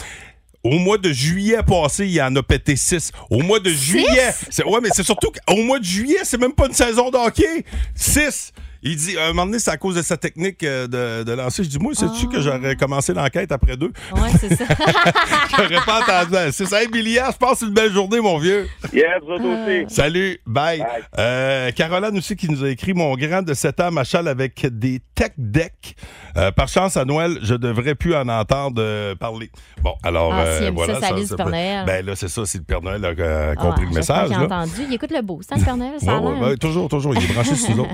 S3: Au mois de juillet passé, il en a pété 6. Au mois de juillet. c'est- Ouais, mais c'est surtout qu'au mois de juillet, c'est même pas une saison de hockey. 6. Il dit, à un moment donné, c'est à cause de sa technique euh, de, de lancer. Je dis, moi, sais-tu que j'aurais commencé l'enquête après deux?
S7: Ouais, c'est ça.
S3: [LAUGHS] j'aurais pas attendu. à six. Hey, Billy, je passe une belle journée, mon vieux.
S14: Yes, vous autres aussi.
S3: Salut, bye. Euh, Caroline aussi qui nous a écrit Mon grand de 7 ans m'achale avec des tech decks. Euh, par chance, à Noël, je devrais plus en entendre euh, parler. Bon, alors,
S7: Ah,
S3: euh,
S7: s'il aime
S3: voilà.
S7: ça, ça alise le Père Noël.
S3: Ben là, c'est ça, si le Père Noël a euh,
S7: Ah,
S3: compris le
S7: j'espère
S3: message.
S7: qu'il a
S3: là.
S7: entendu. Il écoute le beau. Ça, le Père Noël, ça
S3: [LAUGHS] Ouais,
S7: a
S3: ouais,
S7: l'air. hein?
S3: ben, toujours, toujours. Il est branché sur
S7: [LAUGHS]
S3: l'autre.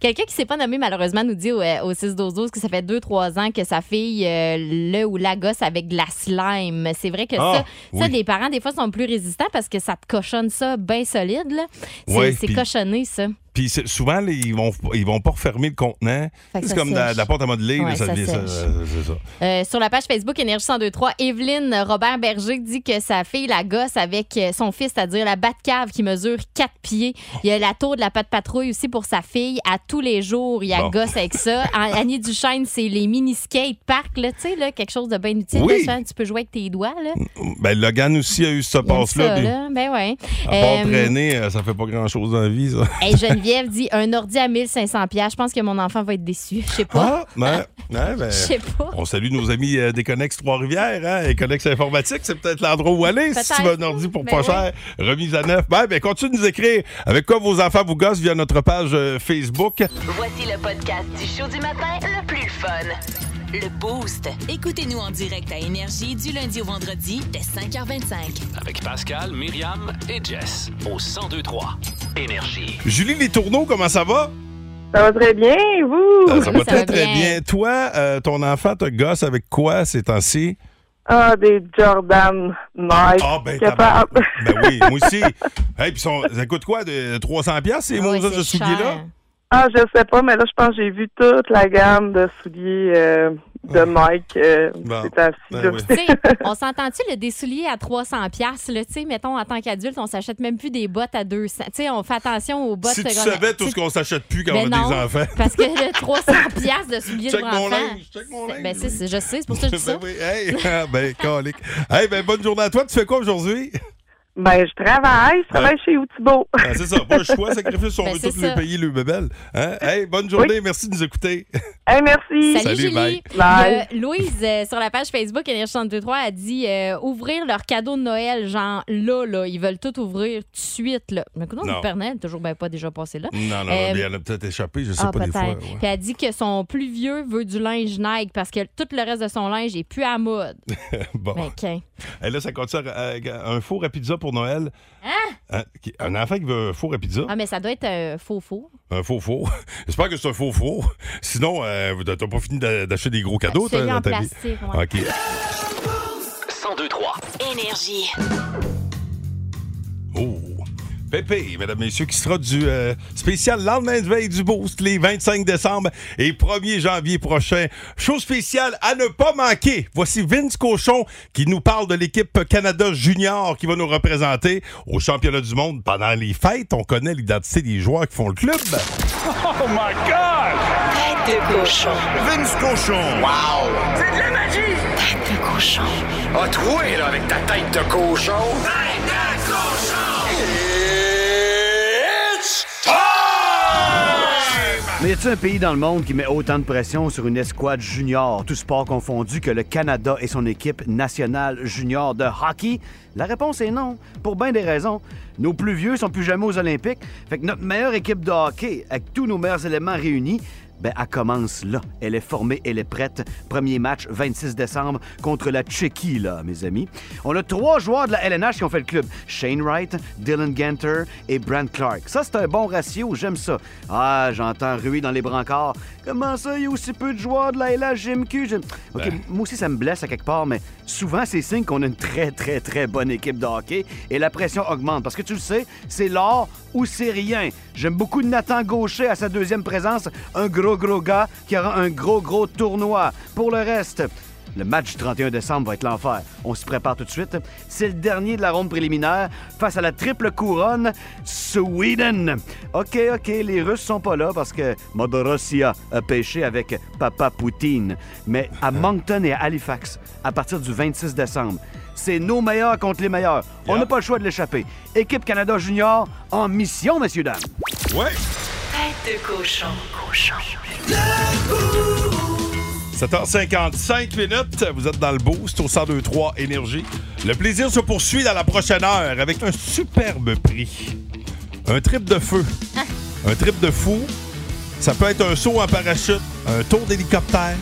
S7: Quelqu'un qui s'est pas nommé, malheureusement, nous dit au, euh, au 6-12-12 que ça fait 2-3 ans que sa fille euh, le ou la gosse avec de la slime. C'est vrai que
S3: Ah,
S7: ça, ça,
S3: oui.
S7: les parents, des fois, sont plus résistants parce que ça te cochonne ça bien solide. là. C'est
S3: Ouais,
S7: c'est
S3: puis-
S7: cochonné, ça.
S3: Puis c'est- souvent, les- ils, vont, ils vont pas refermer le contenant.
S7: Fait que
S3: C'est
S7: ça
S3: comme de la,
S7: sèche.
S3: de la pâte à modeler. là,
S7: Ouais,
S3: ça
S7: ça
S3: devient
S7: sèche.
S3: euh, c'est ça.
S7: Euh, sur la page Facebook Énergie 1023, Evelyne Robert Berger dit que sa fille la gosse avec euh, son fils, c'est-à-dire la Batcave qui mesure quatre pieds. Il y a la tour de la patte patrouille aussi pour sa fille. À tous les jours, il y a
S3: Bon.
S7: gosse
S3: [LAUGHS]
S7: avec ça. An- Annie Duchesne, c'est les mini skate park, là, tu sais, là, quelque chose de bien utile.
S3: Oui.
S7: là, ça, tu peux jouer avec tes doigts. Là.
S3: Ben, Logan aussi a eu ce
S7: Il aime
S3: passe-là.
S7: ça,
S3: puis
S7: là. Ben ouais.
S3: À part
S7: Euh,
S3: traîner, euh, ça fait pas grand-chose dans la vie, ça.
S7: hey, Geneviève dit un ordi à 1500 pièces. Je pense que mon enfant va être déçu. Je sais pas.
S3: [LAUGHS] Ouais, Ah ouais, ben,
S7: Ah! Je sais pas.
S3: On salue nos amis euh, des Connex Trois-Rivières, hein, et Connex Informatique. C'est peut-être l'endroit où aller si tu veux un
S7: Peut-être,
S3: ordi pour
S7: ben
S3: pas
S7: oui.
S3: cher. Remise à neuf. Ben, ben, continue de nous écrire avec quoi vos enfants vous gossent via notre page euh, Facebook.
S1: Voici le podcast du show du matin le plus fun. Le Boost. Écoutez-nous en direct à Énergie du lundi au vendredi dès 5h25.
S2: Avec Pascal, Myriam et Jess au 1023 Énergie.
S3: Julie Les Tourneaux, comment ça va? Euh,
S10: Ça va très bien, et vous?
S3: Ça, va très, très bien. Toi, euh, ton enfant te gosse avec quoi ces temps-ci?
S10: Ah, des Jordan
S7: Euh,
S10: Nike.
S3: Ah, ben,
S10: Capable. [LAUGHS]
S3: Ben oui, moi aussi. Hey, puis son- ça coûte quoi? De 300$ piastres,
S7: Ah
S3: ces monstres de souliers-là?
S10: Ah, je sais pas, mais là, je pense que j'ai vu toute la gamme de souliers euh, de Mike. euh, C'est
S3: Ben,
S10: assis, là.
S7: Tu sais, on s'entend-tu le des souliers à 300 pièces là, tu sais, mettons en tant qu'adulte, on s'achète même plus des bottes à 200. Tu sais, on fait attention aux bottes
S3: Si tu
S7: qu'on-
S3: savais tout ce qu'on s'achète plus quand
S7: Ben
S3: on a
S7: non,
S3: des enfants.
S7: Parce que le 300 pièces de souliers
S3: Check
S7: pour
S3: mon
S7: enfants.
S3: linge,
S7: c'est- ben, c'est- c'est- je sais, c'est pour
S3: [LAUGHS]
S7: ça que je dis ça.
S3: Ben oui, hey, ah,
S7: [LAUGHS]
S3: ben, calique. Hey, ben, bonne journée à toi. Tu fais quoi aujourd'hui?
S10: Ben, je travaille. Je travaille chez Outibo.
S3: Ah, c'est ça, pas le choix, sacrifice, on
S10: Ben,
S3: veut
S10: c'est
S3: tous les
S10: ça.
S3: payer le bébel.
S7: [LAUGHS]
S3: Hein? Hey, bonne journée, merci de nous écouter.
S10: [LAUGHS] Hey, merci.
S7: Salut, Julie.
S3: bye.
S10: Bye.
S7: Il y a Louise, euh, sur la page Facebook Énergie 623, a dit euh, ouvrir leur cadeau de Noël, genre là, là. Ils veulent tout ouvrir tout de suite, là. Mais écoute,
S3: Non.
S7: le Père Noël, toujours ben, pas déjà passé là.
S3: Non, non,
S7: Euh,
S3: mais elle a peut-être échappé, je sais
S7: ah,
S3: pas des fois.
S7: peut-être.
S3: ouais. [LAUGHS]
S7: Puis elle dit que son plus vieux veut du linge Nike parce que tout le reste de son linge est plus à mode.
S3: bon.
S7: Mais qu'un.
S3: Hey, là, ça coûte un faux à pizza pour Noël.
S7: Hein?
S3: Hein, qui- Un enfant qui veut un four à pizza,
S7: Ah, mais ça doit être euh, faux faux.
S3: un faux [LAUGHS] four. J'espère que c'est un faux four. Sinon, euh, t'as t'as pas fini d'a- d'acheter des gros cadeaux,
S7: Celui
S3: toi,
S7: en
S3: dans ta vie.
S7: plastique, ouais.
S3: OK.
S2: 1023.
S1: Énergie.
S3: Oh! Pépé, mesdames, messieurs, qui sera du euh, spécial lendemain de veille du Boost, les 25 décembre et 1er janvier prochain. Show spécial à ne pas manquer. Voici Vince Cochon qui nous parle de l'équipe Canada Junior qui va nous représenter au championnat du monde pendant les fêtes. On connaît l'identité des joueurs qui font le club.
S2: Oh my God! Tête de cochon. Vince cochon. Wow! C'est de la magie! Tête de cochon. A troué, Ah, là, avec ta tête de cochon. Tête de cochon! It's time!
S15: Mais y a-t-il un pays dans le monde qui met autant de pression sur une escouade junior, tout sport confondu, que le Canada et son équipe nationale junior de hockey? La réponse est non, pour bien des raisons. Nos plus vieux sont plus jamais aux Olympiques, fait que notre meilleure équipe de hockey, avec tous nos meilleurs éléments réunis, ben, elle commence là. Elle est formée, elle est prête. Premier match, 26 décembre, contre la Tchéquie, là, mes amis. On a trois joueurs de la LNH qui ont fait le club. Shane Wright, Dylan Ganter et Brant Clark. Ça, c'est un bon ratio, j'aime ça. Ah, j'entends ruer dans les brancards. Comment ça, il y a aussi peu de joueurs de la LHJMQ? Je- OK, moi aussi, ça me blesse à quelque part, mais souvent, c'est signe qu'on a une très, très, très bonne équipe de hockey et la pression augmente. Parce que tu le sais, c'est l'or ou c'est rien. J'aime beaucoup Nathan Gaucher à sa deuxième présence, un gros, gros gars qui aura un gros, gros tournoi. Pour le reste, le match du 31 décembre va être l'enfer. On se prépare tout de suite. C'est le dernier de la ronde préliminaire face à la triple couronne Sweden. OK, OK, les Russes sont pas là parce que Modorossia a pêché avec Papa Poutine. Mais à Moncton et à Halifax, à partir du 26 décembre, c'est nos meilleurs contre les meilleurs. On n'a pas le choix de l'échapper. Équipe Canada Junior en mission, messieurs, dames.
S3: Ouais.
S2: Tête de cochon. Cochon.
S3: 7h55 minutes, vous êtes dans le boost au 1023 Énergie. Le plaisir se poursuit dans la prochaine heure avec un superbe prix. Un trip de feu.
S16: Ah.
S3: Un trip de fou. Ça peut être un saut en parachute, un tour d'hélicoptère,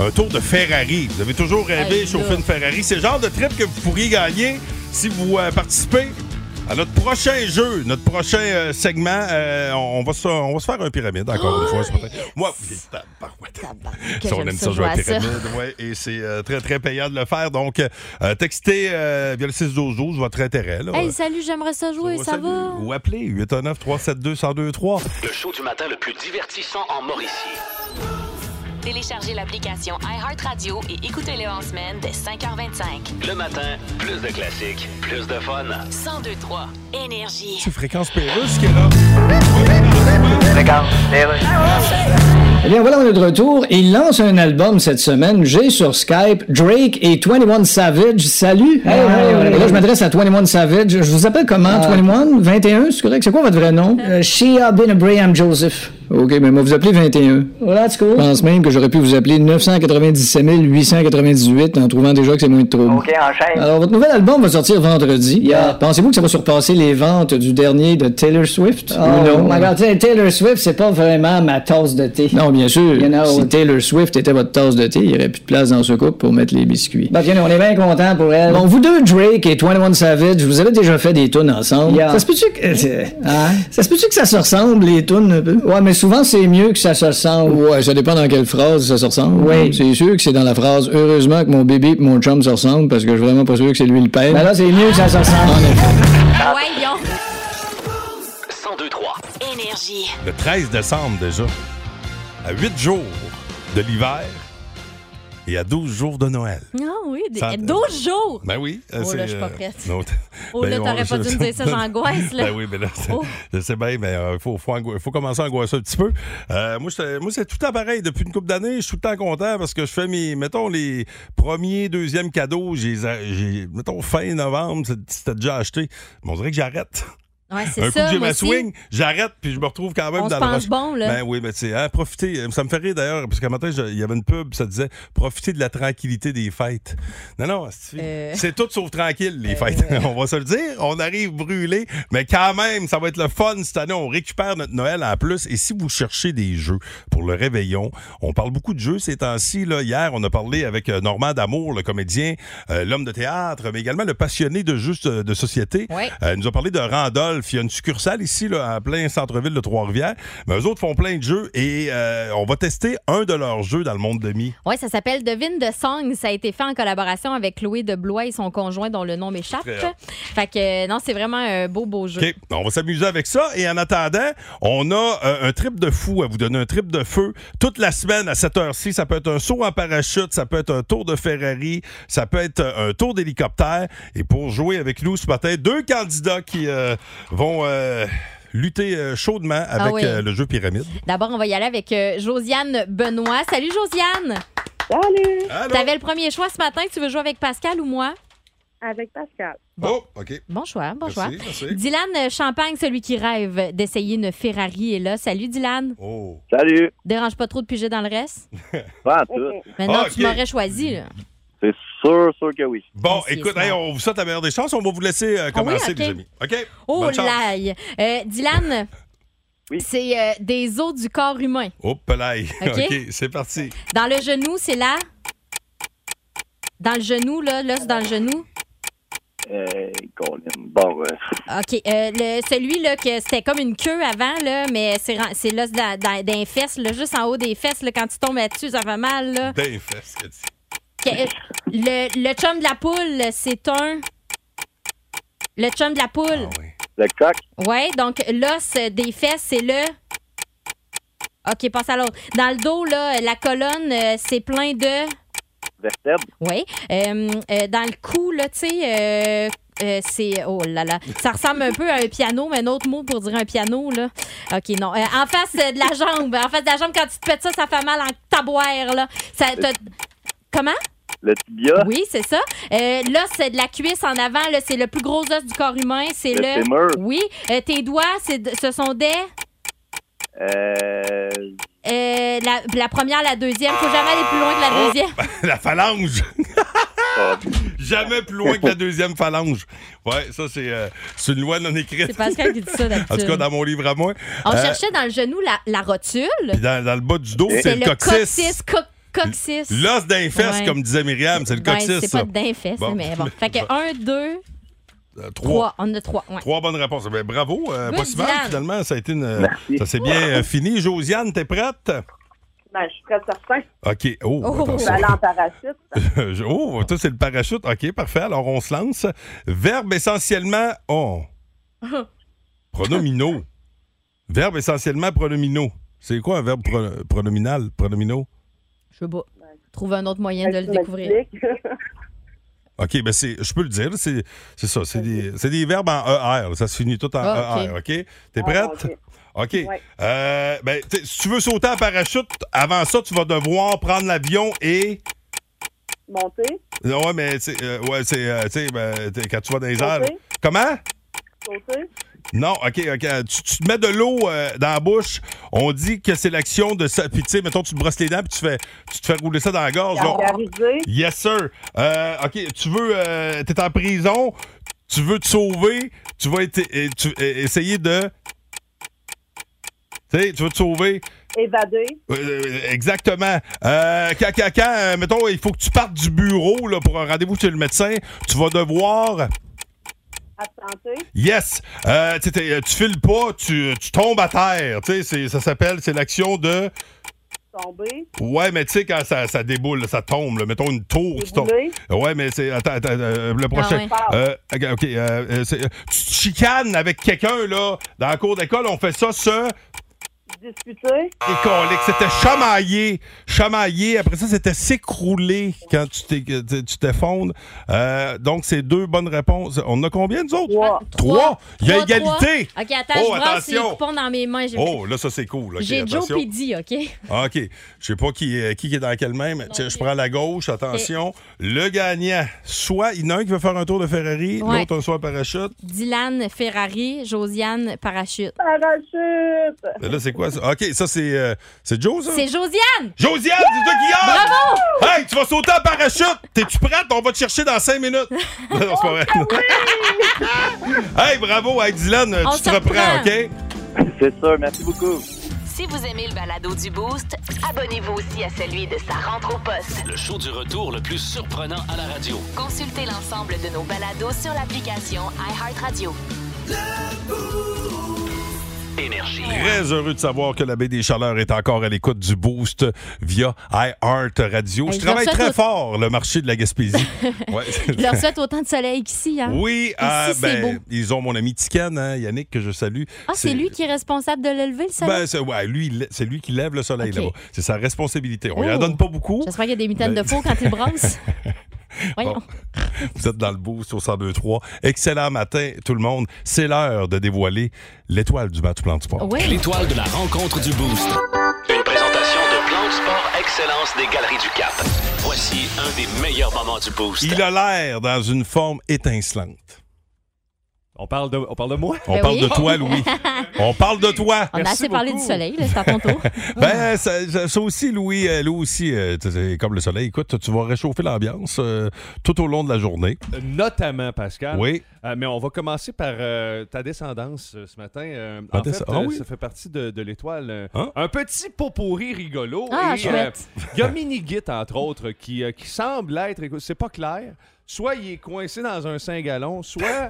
S3: un tour de Ferrari. Vous avez toujours rêvé
S16: Hey,
S3: de chauffer
S16: là.
S3: une Ferrari. C'est le genre de trip que vous pourriez gagner si vous euh, participez à notre prochain jeu, notre prochain euh, segment. Euh, on, va se, on va se faire un pyramide encore une fois ce matin.
S16: Oh,
S3: Moi,
S2: que
S3: ça, on
S2: j'aime
S3: aime
S2: ça
S3: ça jouer à la
S2: jouer à ça.
S3: pyramide, ouais, et c'est euh, très, très payant de le faire. Donc, euh, textez euh, via le 612 votre intérêt. là.
S7: Hey, salut, j'aimerais ça jouer, ça va?
S3: Ou appelez 819-372-1023.
S2: Le show du matin le plus divertissant en Mauricie.
S1: Téléchargez l'application iHeartRadio et écoutez-le en semaine dès 5h25.
S2: Le matin, plus de classiques, plus de fun.
S1: 1023 Énergie.
S3: C'est Fréquence Pérusse qui est là.
S11: Regarde, les Russes.
S6: Eh bien, voilà, on est de retour. Il lance un album cette semaine. J'ai sur Skype Drake et 21 Savage. Salut! Hey, hey, hey. Et là, je m'adresse à 21 Savage. Je vous appelle comment?
S5: Ah.
S6: 21? 21? C'est correct? C'est quoi votre vrai nom?
S5: Euh,
S6: Shia Ben Abraham Joseph. OK, mais moi, vous appelez 21. Well, that's cool. Je pense même que j'aurais pu vous appeler 997 898 en trouvant déjà que c'est moins de trouble.
S11: OK, enchaîne.
S6: Alors, votre nouvel album va sortir vendredi. Pensez-vous que ça va surpasser les ventes du dernier de Taylor Swift? ou non?
S5: Oh, my God, tu sais, Taylor Swift, c'est pas vraiment ma tasse de thé.
S6: Non, bien sûr.
S5: You know.
S6: si Taylor Swift était votre tasse de thé, il n'y aurait plus de place dans ce couple pour mettre les biscuits.
S5: Bah, bien, on est bien content pour elle.
S6: Bon, vous deux, Drake et 21 Savage, vous avez déjà fait des tunes ensemble.
S5: Yeah. Hein?
S6: Ça se peut-tu que... euh, Ça se peut-tu que ça se ressemble, les tunes, un peu? Ouais, mais souvent, c'est mieux que ça se ressemble. Ouais, ça dépend dans quelle phrase ça se ressemble.
S5: Oui.
S6: C'est sûr que c'est dans la phrase « Heureusement que mon bébé et mon chum se ressemblent » parce que je suis vraiment pas sûr que c'est lui le père.
S5: Ben là, c'est mieux que ça se ressemble.
S7: Voyons.
S2: 1023.
S1: Énergie.
S3: Le 13 décembre déjà, à 8 jours de l'hiver, et à 12 jours de Noël.
S7: Non, Ah oui, des-
S3: Ça-
S7: 12 jours!
S3: Ben oui. euh,
S7: Oh là,
S3: c'est,
S7: je suis pas
S3: euh,
S7: prête.
S3: non, t- ben,
S7: Oh là,
S3: on-
S7: t'aurais pas dû me dire ça, j'angoisse, là.
S3: Ben oui, mais là, c'est-
S7: Oh.
S3: je sais bien, mais il faut, faut, angoi- faut commencer à angoisser un petit peu. Euh, moi, j'étais- moi, c'est tout le temps pareil. Depuis une couple d'années, je suis tout le temps content parce que je fais mes, mettons, les premiers, deuxièmes cadeaux. J'ai, j'ai- mettons, fin novembre, c'est- c'était déjà acheté. Mais on dirait que j'arrête.
S7: Ouais, c'est
S3: Un coup
S7: ça.
S3: que j'ai
S7: moi
S3: ma
S7: aussi.
S3: swing, j'arrête, puis je me retrouve quand même
S7: On
S3: dans
S7: se
S3: le
S7: pense
S3: rush.
S7: bon, là.
S3: Ben oui, mais tu sais, hein, profitez. Ça me fait rire d'ailleurs, parce qu'un matin, je- il y avait une pub, ça disait Profitez de la tranquillité des fêtes. Non, non, c'est
S7: Euh.
S3: c'est tout sauf tranquille, les fêtes. [LAUGHS] on va se le dire. On arrive brûlé, mais quand même, ça va être le fun cette année. On récupère notre Noël en plus. Et si vous cherchez des jeux pour le réveillon, on parle beaucoup de jeux ces temps-ci. là. Hier, on a parlé avec euh, Normand D'Amour, le comédien, euh, l'homme de théâtre, mais également le passionné de jeux euh, de société.
S7: Ouais.
S3: Euh, il nous a parlé de Randolph. Il y a une succursale ici, là, en plein centre-ville de Trois-Rivières. Mais eux autres font plein de jeux et euh, on va tester un de leurs jeux dans le monde de mi.
S7: Oui, ça s'appelle Devine de Song. Ça a été fait en collaboration avec Chloé de Blois et son conjoint dont le nom m'échappe.
S3: Très hâte.
S7: Fait que euh, non, c'est vraiment un beau, beau jeu.
S3: OK, on va s'amuser avec ça. Et en attendant, on a euh, un trip de fou à vous donner, un trip de feu. Toute la semaine, à cette heure-ci, ça peut être un saut en parachute, ça peut être un tour de Ferrari, ça peut être euh, un tour d'hélicoptère. Et pour jouer avec nous ce matin, deux candidats qui euh, vont euh, lutter euh, chaudement avec
S7: oui.
S3: euh, le jeu Pyramide.
S7: D'abord, on va y aller avec euh, Josiane Benoît. Salut, Josiane!
S3: Allô?
S7: Salut! T'avais le premier choix ce matin. Tu veux jouer avec Pascal ou moi?
S10: Avec Pascal.
S3: Oh, OK.
S7: Bon choix, bon
S3: Merci,
S7: choix.
S3: merci.
S7: Dylan euh, Champagne, celui qui rêve d'essayer une Ferrari, est là. Salut, Dylan!
S3: Oh.
S16: Salut.
S7: Dérange pas trop de piger dans le reste?
S16: Pas en tout.
S7: Maintenant,
S3: Ah,
S7: tu
S3: ok.
S7: m'aurais choisi, là.
S16: C'est sûr, sûr que oui.
S3: Bon, écoute, hey, on vous souhaite la meilleure des chances. On va vous laisser euh, commencer,
S7: Ah ok.
S3: les amis. OK?
S7: Oh
S3: Bonne chance.
S7: l'ail! Euh, Dylan, c'est euh, des os du corps humain.
S3: Hop là. [LAUGHS]
S7: OK.
S3: OK, c'est
S7: [LAUGHS]
S3: parti.
S7: Dans le genou, c'est là. Dans le genou, là, l'os dans le genou.
S16: Euh, Colin. Bon, euh, [LAUGHS]
S7: OK. euh, le- celui là que c'était comme une queue avant, là, mais c'est ren- c'est l'os dans, dans- dans les fesses, là, juste en haut des fesses, là, quand tu tombes là-dessus, ça fait mal. Là.
S3: Ben, fais ce que tu-
S7: Que- euh, le, le chum de la poule, c'est un. Le chum de la poule.
S16: le coq,
S7: Ouais, donc l'os euh, des fesses, c'est le. OK, passe à l'autre. Dans le dos, là, la colonne, euh, c'est plein de.
S16: vertèbre,
S7: Oui. Euh, euh, dans le cou, là, tu sais, euh, euh, c'est. Oh là là. Ça ressemble un peu à un piano, mais un autre mot pour dire un piano, là. OK, non. Euh, en face euh, de la jambe. En face de la jambe, quand tu te pètes ça, ça fait mal en tabouère, là. Ça, t'as- Comment?
S16: le tibia,
S7: Oui, c'est ça. Euh, là, c'est de la cuisse en avant. Là, c'est le plus gros os du corps humain. C'est
S16: Le
S7: le.
S16: fémur.
S7: Oui. Euh, tes doigts, c'est de- ce sont des.
S16: euh,
S7: euh, la, la première, la deuxième. Faut jamais aller plus loin que la
S3: Oh,
S7: deuxième.
S3: [LAUGHS]
S7: [LAUGHS]
S3: la phalange. [LAUGHS] Jamais plus loin que la deuxième phalange. Ouais, ça, c'est euh, c'est une loi non écrite.
S7: C'est Pascal qui dit ça d'habitude.
S3: En tout cas, dans mon livre à moi.
S7: On
S3: Euh,
S7: cherchait dans le genou la, la rotule.
S3: Puis dans, dans le bas du dos,
S7: C'est
S3: c'est
S7: le coccyx. co- coccyx.
S3: L'os d'un fesse,
S7: Ouais.
S3: comme disait Myriam, c'est le
S7: Ben,
S3: coccyx.
S7: C'est
S3: ça.
S7: pas d'infest,
S3: Bon.
S7: mais bon. Fait que
S3: Bon.
S7: un, deux,
S3: Euh,
S7: trois.
S3: trois.
S7: On en a trois. ouais.
S3: Trois bonnes réponses. Ben, bravo, euh,
S7: Good
S3: pas si mal,
S7: Dylan.
S3: finalement. Ça a été une- Ça s'est bien euh, fini. Josiane, t'es prête?
S10: Ben, je suis très certain.
S3: OK. Oh,
S10: Je
S3: attention.
S10: vais aller en parachute.
S3: [LAUGHS] Je- oh, toi, c'est le parachute. OK, parfait. Alors, on se lance. Verbe essentiellement. Oh, pronominaux. Verbe essentiellement pronominaux. C'est quoi un verbe pro- pronominal, pronominaux?
S7: Je sais pas. Trouve un autre moyen de le découvrir.
S3: OK, ben c'est, je peux le dire, c'est, c'est ça, c'est des, c'est des verbes en ER, là, ça se finit tout en
S7: Ah,
S3: ER,
S7: OK.
S3: OK? T'es
S10: Ah,
S3: prête? OK.
S10: Ouais.
S3: Euh, ben, t'sais, si tu veux sauter en parachute, avant ça, tu vas devoir prendre l'avion et...
S10: [LAUGHS] Monter,
S3: Ouais, mais t'sais, euh, ouais, c'est, euh, t'sais, ben, t'sais, quand tu vas dans les airs... là-
S10: Sauter.
S3: Comment?
S10: sauter,
S3: Non, OK, OK. euh, Tu, tu te mets de l'eau euh, dans la bouche. On dit que c'est l'action de ça. Puis, tu sais, mettons, tu te brosses les dents, puis tu, fais, tu te fais rouler ça dans la gorge. là.
S10: gargariser,
S3: Yes, sir. Euh, OK, tu veux. Euh, T'es en prison. Tu veux te sauver. Tu vas être- euh, tu- euh, essayer de. Tu sais, tu veux te sauver.
S10: évader,
S3: Euh, euh, exactement. Euh, quand, quand- quand, euh, mettons, il faut que tu partes du bureau là, pour un rendez-vous chez le médecin, tu vas devoir.
S10: absenter,
S3: Yes! Euh, tu sais, t'es- tu files pas, tu, tu tombes à terre. Tu sais, c'est- ça s'appelle, c'est l'action de.
S10: tomber,
S3: Ouais, mais tu sais, quand ça, ça déboule, là, ça tombe, là, mettons une tour qui tombe.
S10: Débouler.
S3: Ouais, mais c'est. Attends, attends, euh, le prochain.
S10: Ah ouais.
S3: Euh, OK, euh, euh, c'est- tu te chicanes avec quelqu'un, là, dans la cour d'école, on fait ça, ce.
S10: disputer.
S3: Et colique, c'était chamaillé, chamaillé. Après ça, c'était s'écrouler quand tu t'es- que tu- tu t'effondres. Euh, donc, c'est deux bonnes réponses. On en a combien, nous autres? Trois. Il y a
S7: Trois, trois.
S3: égalité.
S7: OK, attends,
S3: oh,
S7: je brasse les
S3: attention.
S7: coupons dans mes mains. J'ai-
S3: Oh, là, ça, c'est cool. OK,
S7: J'ai Joe
S3: attention.
S7: Pidi, OK?
S3: Ah, OK. Je sais pas qui, euh, qui est dans quelle main, mais tiens, je prends la gauche, attention. Le gagnant, soit il y en a un qui veut faire un tour de Ferrari,
S7: Ouais.
S3: l'autre un saut en parachute.
S7: Dylan Ferrari, Josiane Parachute.
S10: Parachute!
S3: Mais Là, c'est quoi ça? OK, ça, c'est euh, c'est Joe, ça?
S7: C'est Josiane!
S3: Josiane, c'est toi qui gagne!
S7: Bravo!
S3: Hey, tu vas sauter en parachute! T'es-tu prête? On va te chercher dans 5
S7: [LAUGHS]
S3: minutes! [LAUGHS] non, c'est pas vrai.
S7: Ah
S3: [LAUGHS] hey, bravo! Hey, Dylan,
S1: On
S3: tu te
S1: se
S3: reprends,
S1: reprend.
S3: OK?
S16: C'est sûr, merci beaucoup.
S1: Si vous aimez le balado du Boost, abonnez-vous aussi à celui de sa rentre au poste.
S17: Le show du retour le plus surprenant à la radio.
S1: Consultez l'ensemble de nos balados sur l'application iHeartRadio.
S17: Énergie.
S3: Très heureux de savoir que la baie des Chaleurs est encore à l'écoute du Boost via iHeart Radio.
S7: Hey,
S3: Je
S7: je leur
S3: travaille
S7: souhaite
S3: très
S7: au-
S3: fort le marché de la
S7: [LAUGHS]
S3: Gaspésie. Ouais.
S7: Je leur souhaite autant de soleil qu'ici. Hein?
S3: Oui,
S7: Ici,
S3: ah,
S7: c'est
S3: ben,
S7: beau.
S3: ils ont mon ami Tican, hein, Yannick, que je salue.
S7: Ah, c'est lui qui est responsable de l'élever, le soleil?
S3: Ben, c'est, ouais, lui, il lè- c'est lui qui lève le soleil
S7: Ok.
S3: là-bas. C'est sa responsabilité. On lui en
S7: Oh.
S3: donne pas beaucoup.
S7: J'espère qu'il y a des mitaines
S3: Ben-
S7: de faux quand il
S3: [LAUGHS]
S7: brasse. Voyons.
S3: Vous êtes dans le boost au 102.3. Excellent matin, tout le monde. C'est l'heure de dévoiler l'étoile du match plan de sport.
S17: L'étoile de la rencontre du Boost. Une présentation de Plan de Sport Excellence des Galeries du Cap. Voici un des meilleurs moments du Boost.
S3: Il a l'air dans une forme étincelante.
S18: On parle de, on parle de moi?
S3: On parle de
S18: [LAUGHS]
S3: toi, Louis. On parle de toi.
S7: On a assez parlé du soleil, là, c'est à
S3: [LAUGHS]
S7: ton tour.
S3: Ben, ça, ça- ça aussi, Louis, euh, Louis aussi, euh, t- t- comme le soleil, écoute, tu vas réchauffer l'ambiance euh, tout au long de la journée.
S18: Notamment, Pascal.
S3: Oui.
S18: Euh, mais on va commencer par euh, ta descendance euh, ce matin. Euh,
S3: Ma
S18: en fait,
S3: descendance- ah
S18: euh,
S3: oui. Hein?
S18: ça fait partie de, de l'étoile. euh, Un petit pot pourri rigolo.
S7: Ah,
S18: et, [LAUGHS]
S7: chouette.
S18: euh, Il y a Minigit, entre autres, qui, euh, qui semble être, écoute, c'est pas clair, soit il est coincé dans un saint-gallon,
S7: [LAUGHS]
S18: soit,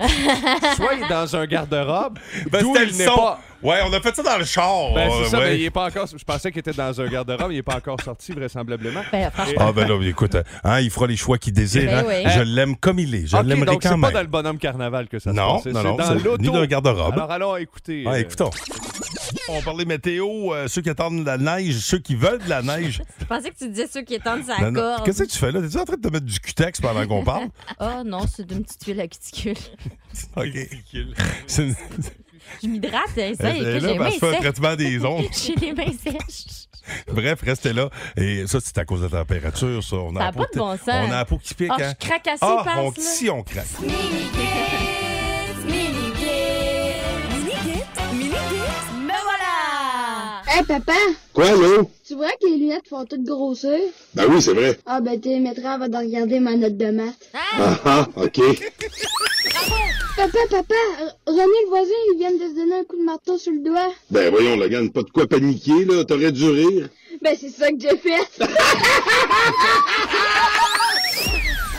S18: soit il est dans un garde-robe.
S3: Ben,
S18: d'où
S3: c'était
S18: il
S3: le
S18: n'est
S3: son.
S18: pas-
S3: Ouais, on a fait ça dans le char.
S18: Ben,
S3: euh,
S18: c'est ça,
S3: ouais.
S18: mais il est pas encore. Je pensais qu'il était dans un garde-robe, il n'est pas encore sorti, vraisemblablement.
S3: Ah ben là, écoute, hein, il fera les choix qu'il désire.
S18: Ben
S3: hein.
S18: oui.
S3: Je l'aime comme il est. Je
S18: Euh, Ok,
S3: l'aimerais
S18: donc
S3: quand
S18: c'est
S3: même.
S18: pas dans le bonhomme carnaval que ça
S3: Non,
S18: se passe.
S3: non,
S18: c'est
S3: non,
S18: dans
S3: c'est
S18: l'auto.
S3: ni dans un garde-robe.
S18: Alors, allons écouter.
S3: Ah,
S18: euh,
S3: écoutons. On parlait météo, euh, ceux qui attendent de la neige, ceux qui veulent de la
S7: [LAUGHS]
S3: neige.
S7: Je pensais que tu disais ceux qui étendent sa
S3: Non, non.
S7: corde.
S3: Qu'est-ce que tu fais là? T'es-tu en train de te mettre du cutex pendant
S7: [LAUGHS]
S3: qu'on parle?
S7: Oh non, c'est d'une petite huile à cuticule.
S3: OK. [LAUGHS] C'est une-
S7: Je m'hydrate, hein,
S3: Elle
S7: ça, et
S3: est
S7: que
S3: là
S7: j'ai les
S3: parce
S7: mains
S3: que je fais un
S7: sèches.
S3: traitement
S7: [LAUGHS]
S3: des ondes.
S7: J'ai les mains sèches.
S3: Bref, restez là. Et ça, c'est à cause de la température, ça. On a,
S7: Ça
S3: la
S7: a
S3: peau
S7: pas de bon sens.
S3: On a la peau qui pique.
S7: Ah, je
S3: hein?
S7: craque assez,
S3: ah,
S7: passe,
S3: on,
S7: là.
S3: si on craque.
S12: Me voilà! Hé, papa!
S13: Quoi, là?
S12: Tu vois que les lunettes font toutes grossir?
S13: Ben oui, c'est vrai. [LAUGHS]
S12: Ah, ben, t'es mettra avant de regarder ma note de maths.
S13: Ah, ah, OK.
S12: Papa, papa, euh, René le voisin, il vient de se donner un coup de marteau sur le doigt.
S13: Ben voyons, le gars, pas de quoi paniquer, là. T'aurais dû rire.
S12: Ben, c'est ça que j'ai fait.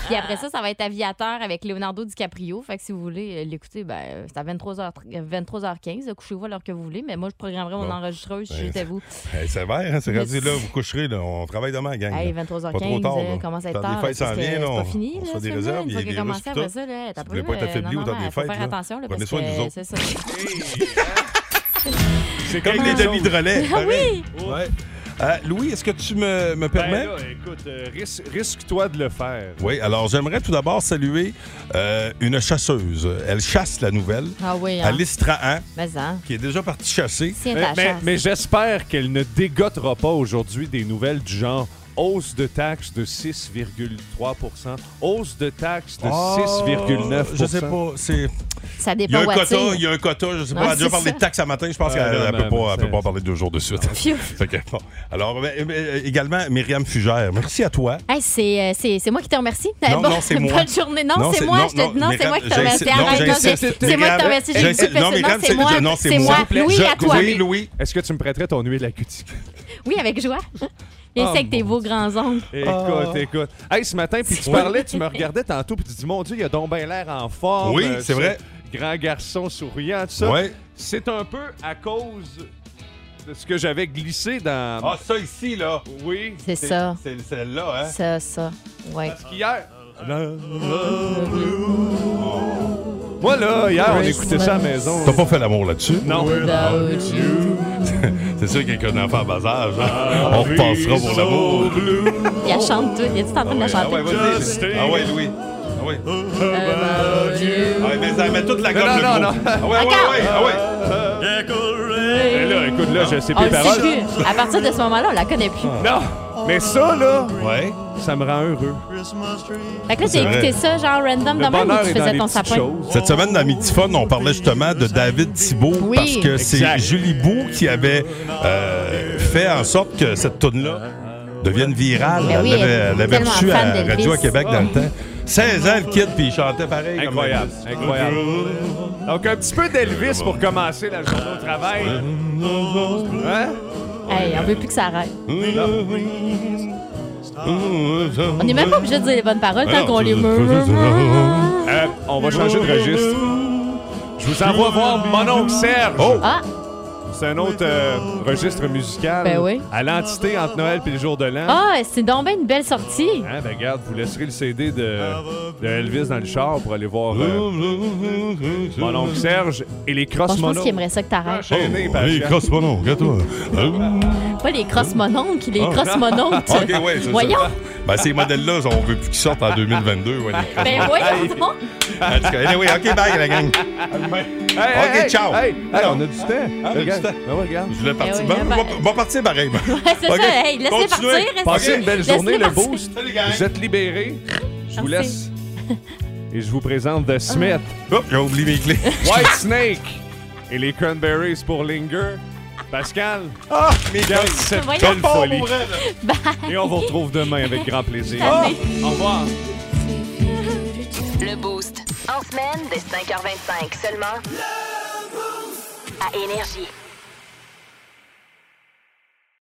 S7: Puis après ça, ça va être aviateur avec Leonardo DiCaprio. Fait que si vous voulez euh, l'écouter, ben, c'est à 23h, 23h15. là. Couchez-vous à l'heure que vous voulez. Mais moi, je programmerai mon
S3: Bon.
S7: enregistreuse si
S3: Ben, [LAUGHS]
S7: j'étais vous.
S3: Hey, c'est vert, hein, c'est
S7: Mais
S3: rendu là.
S7: si-
S3: Vous coucherez, là. On travaille demain, gang.
S7: Hey,
S3: là.
S7: 23h15,
S3: Pas trop tard,
S7: euh,
S3: là.
S7: commence à être
S3: Quand
S7: tard.
S3: Les fêtes
S7: parce
S3: s'en
S7: que
S3: viennent,
S7: c'est
S3: là.
S7: pas
S3: On,
S7: fini,
S3: on se
S7: là,
S3: fait des
S7: ce
S3: réserves.
S7: mois-là.
S3: Il y a
S7: Une
S3: des
S7: fois
S3: virus. tout
S7: qu'on commence
S3: ça.
S7: après ça, là, t'as
S3: Vous
S7: pas
S3: voulez
S7: vu,
S3: pas être
S7: euh,
S3: affaiblis
S7: non,
S3: au temps
S7: non,
S3: des
S7: faut
S3: fêtes.
S7: faire
S3: là.
S7: attention, là,
S3: Prenez
S7: parce
S3: soin de
S7: que
S3: nous autres.
S7: c'est ça.
S18: euh,
S3: [LAUGHS]
S18: hein.
S3: C'est comme les
S18: Comment?
S3: demi de
S7: [LAUGHS]
S3: relais.
S18: Ah
S3: pareil.
S18: oui!
S3: Ouais. Euh, Louis, est-ce que tu me, me
S18: Ben
S3: permets?
S18: là, écoute, euh, ris- risque-toi de le faire.
S3: Oui, alors j'aimerais tout d'abord saluer euh, une chasseuse. Elle chasse la nouvelle.
S7: Ah oui, hein.
S3: Alice Trahan,
S7: Mais ça. hein.
S3: qui est déjà partie chasser.
S7: Tiens
S18: Mais,
S7: ta
S18: mais-
S7: chasse.
S18: mais j'espère qu'elle ne dégotera pas aujourd'hui des nouvelles du genre hausse de taxes de 6,3 hausse de taxes de
S3: Ah,
S18: 6,9
S3: Je sais pas, c'est...
S7: Ça
S3: Il y a
S7: dépend
S3: un
S7: où
S3: quota,
S7: elle tire.
S3: il y a un quota, je sais pas.
S7: Ouais,
S3: elle a déjà
S7: Ah, c'est
S3: parlé
S7: ça. Ah,
S3: de taxes ce matin, je pense
S18: Ouais,
S3: qu'elle
S18: non,
S3: elle
S18: mais-
S3: peut, pas, elle peut
S18: c'est-
S3: pas parler deux jours de suite.
S7: Phew.
S3: Fait que, bon. Alors, mais- mais également, Myriam Fugère, merci à toi.
S7: Hey, c'est, euh, c'est, c'est moi qui te remercie.
S3: Non,
S7: Bon,
S3: non,
S7: [LAUGHS]
S3: c'est moi.
S7: Bonne journée. Non, c'est moi. je te- Non, c'est
S3: Myriam,
S7: moi qui
S3: j'insiste-
S7: te remercie. Arrête,
S3: non,
S7: non,
S3: j'insiste,
S7: c'est- c'est moi qui te
S3: Myriam,
S7: remercie. Je le
S3: j'insiste-
S7: fais,
S3: Non,
S7: c'est-
S3: Myriam,
S7: c'est moi.
S3: non,
S7: C'est
S3: c'est
S7: moi.
S3: moi.
S7: Louis, à toi.
S3: Oui, Louis.
S18: Est-ce que tu me prêterais ton huile à cuticule?
S7: Oui, avec joie. Viens
S18: Oh,
S7: ici avec tes beaux grands ongles.
S18: Écoute, écoute. Hey, ce matin, puis tu
S7: Oui.
S18: parlais, tu me regardais tantôt, puis tu dis, mon Dieu, il a donc bien l'air en forme.
S3: Oui,
S18: euh,
S3: c'est
S18: ce
S3: vrai.
S18: Grand garçon souriant, tout ça.
S3: Ouais.
S18: C'est un peu à cause de ce que j'avais glissé dans...
S3: Ah, ça ici, là.
S18: Oui.
S7: C'est ça.
S3: C'est celle-là, hein.
S7: Ça, ça. Ouais.
S18: Hier. Moi, là, hier, on écoutait ça à la maison.
S3: T'as pas fait l'amour là-dessus?
S18: Non.
S3: Ah, [LAUGHS] C'est sûr qu'il y a un enfant à bas âge.
S18: Ah,
S3: hein. On repassera pour l'amour.
S7: Il la chante tout. Il est tout en train de la chanter.
S3: Ah ouais, vas-y. Ah ouais, Louis. Ah ouais. Ah ouais, mais ça met toute la gomme
S18: Non,
S3: le
S18: non,
S3: gros.
S18: non.
S3: Ah ouais, ouais, ouais, ah ouais.
S18: Mais là, écoute, là, je sais
S7: On
S18: plus
S7: le
S18: les
S7: sait
S18: paroles.
S7: plus. À partir de ce moment-là, on la connaît plus.
S3: Ah,
S18: Non! Mais ça, là, ça me rend heureux.
S7: Fait que là, j'ai
S3: C'est vrai.
S7: écouté ça, genre random de même, où tu faisais ton sapin.
S3: Cette semaine, dans Mictifone, on parlait justement de David Thibault
S7: Oui.
S3: parce que c'est
S18: Exact.
S3: Julie Bou qui avait euh, fait en sorte que cette toune-là devienne virale.
S18: Ben
S3: elle
S18: oui,
S3: l'avait-
S18: elle est
S3: elle l'avait
S18: tellement
S3: reçue
S18: fan
S3: à
S18: d'Elvis.
S3: Radio à Québec dans le
S18: Oh.
S3: temps. 16 ans, le kid, puis il chantait pareil. comme
S18: Incroyable,
S3: Elvis.
S18: incroyable. Donc, un petit peu d'Elvis pour commencer la journée au travail. Hein?
S7: Hey, on veut plus que ça arrête.
S3: On
S7: On n'est même pas obligé de dire les bonnes
S3: Ah
S7: paroles tant qu'on les Ah, murmure.
S18: Euh, on va changer de registre. Je vous envoie voir mon oncle Serge.
S3: Oh!
S7: Ah!
S18: C'est un autre euh, registre musical
S7: Ben oui.
S18: à l'entité entre Noël et le jour de l'an.
S7: Ah, c'est donc bien une belle sortie.
S18: Hein, ben regarde, vous laisserez le CD de, de Elvis dans le char pour aller voir euh, mon oncle Serge et les
S7: Bon,
S18: cross
S7: je pense
S18: mono. Oh,
S7: qu'il aimerait ça que t'arrêtes.
S18: Enchaîné, par
S3: Oh, Hey,
S18: chef.
S3: crosse pas non, regarde-toi.
S7: Pas les cross-mononcles, les
S3: Ah. [LAUGHS]
S7: cross-monontes.
S3: OK, ouais,
S7: [LAUGHS]
S3: c'est ça.
S7: Voyons.
S3: Ben, ces modèles-là, on veut plus qu'ils sortent en 2022. Ouais, les
S7: Ben
S3: cross-mononcles.
S7: voyons donc.
S3: En tout cas, anyway, OK, bye, la gang.
S18: Hey,
S3: OK,
S18: hey,
S3: ciao.
S18: hey, hey,
S3: Alors,
S18: on a du temps.
S3: Ah, on a du
S18: Regarde.
S3: temps.
S18: Ben ouais, regarde.
S3: Je voulais partir.
S18: oui,
S3: Bon,
S18: ben-
S3: bon, bon, partir pareil. moi.
S7: Ouais, c'est
S3: OK,
S7: ça. Hey, laissez
S3: continuez.
S7: partir. restez-
S18: Passez une belle
S7: laissez
S18: journée, le
S7: partir.
S18: boost. Vous êtes libérés. Je vous laisse. Et je vous présente
S7: Ah.
S18: The Smith,
S3: Hop, j'ai oublié mes clés.
S18: White Snake et les Cranberries pour Linger. Pascal,
S3: Ah, mes
S18: regarde
S3: clés.
S18: cette
S3: Voyons.
S18: belle
S3: Pas pour
S18: folie.
S3: vrai, là.
S18: Et on vous retrouve demain avec grand plaisir.
S1: Allez.
S18: Au revoir.
S1: Le Boost. En semaine, dès 5h25 seulement. À Énergie.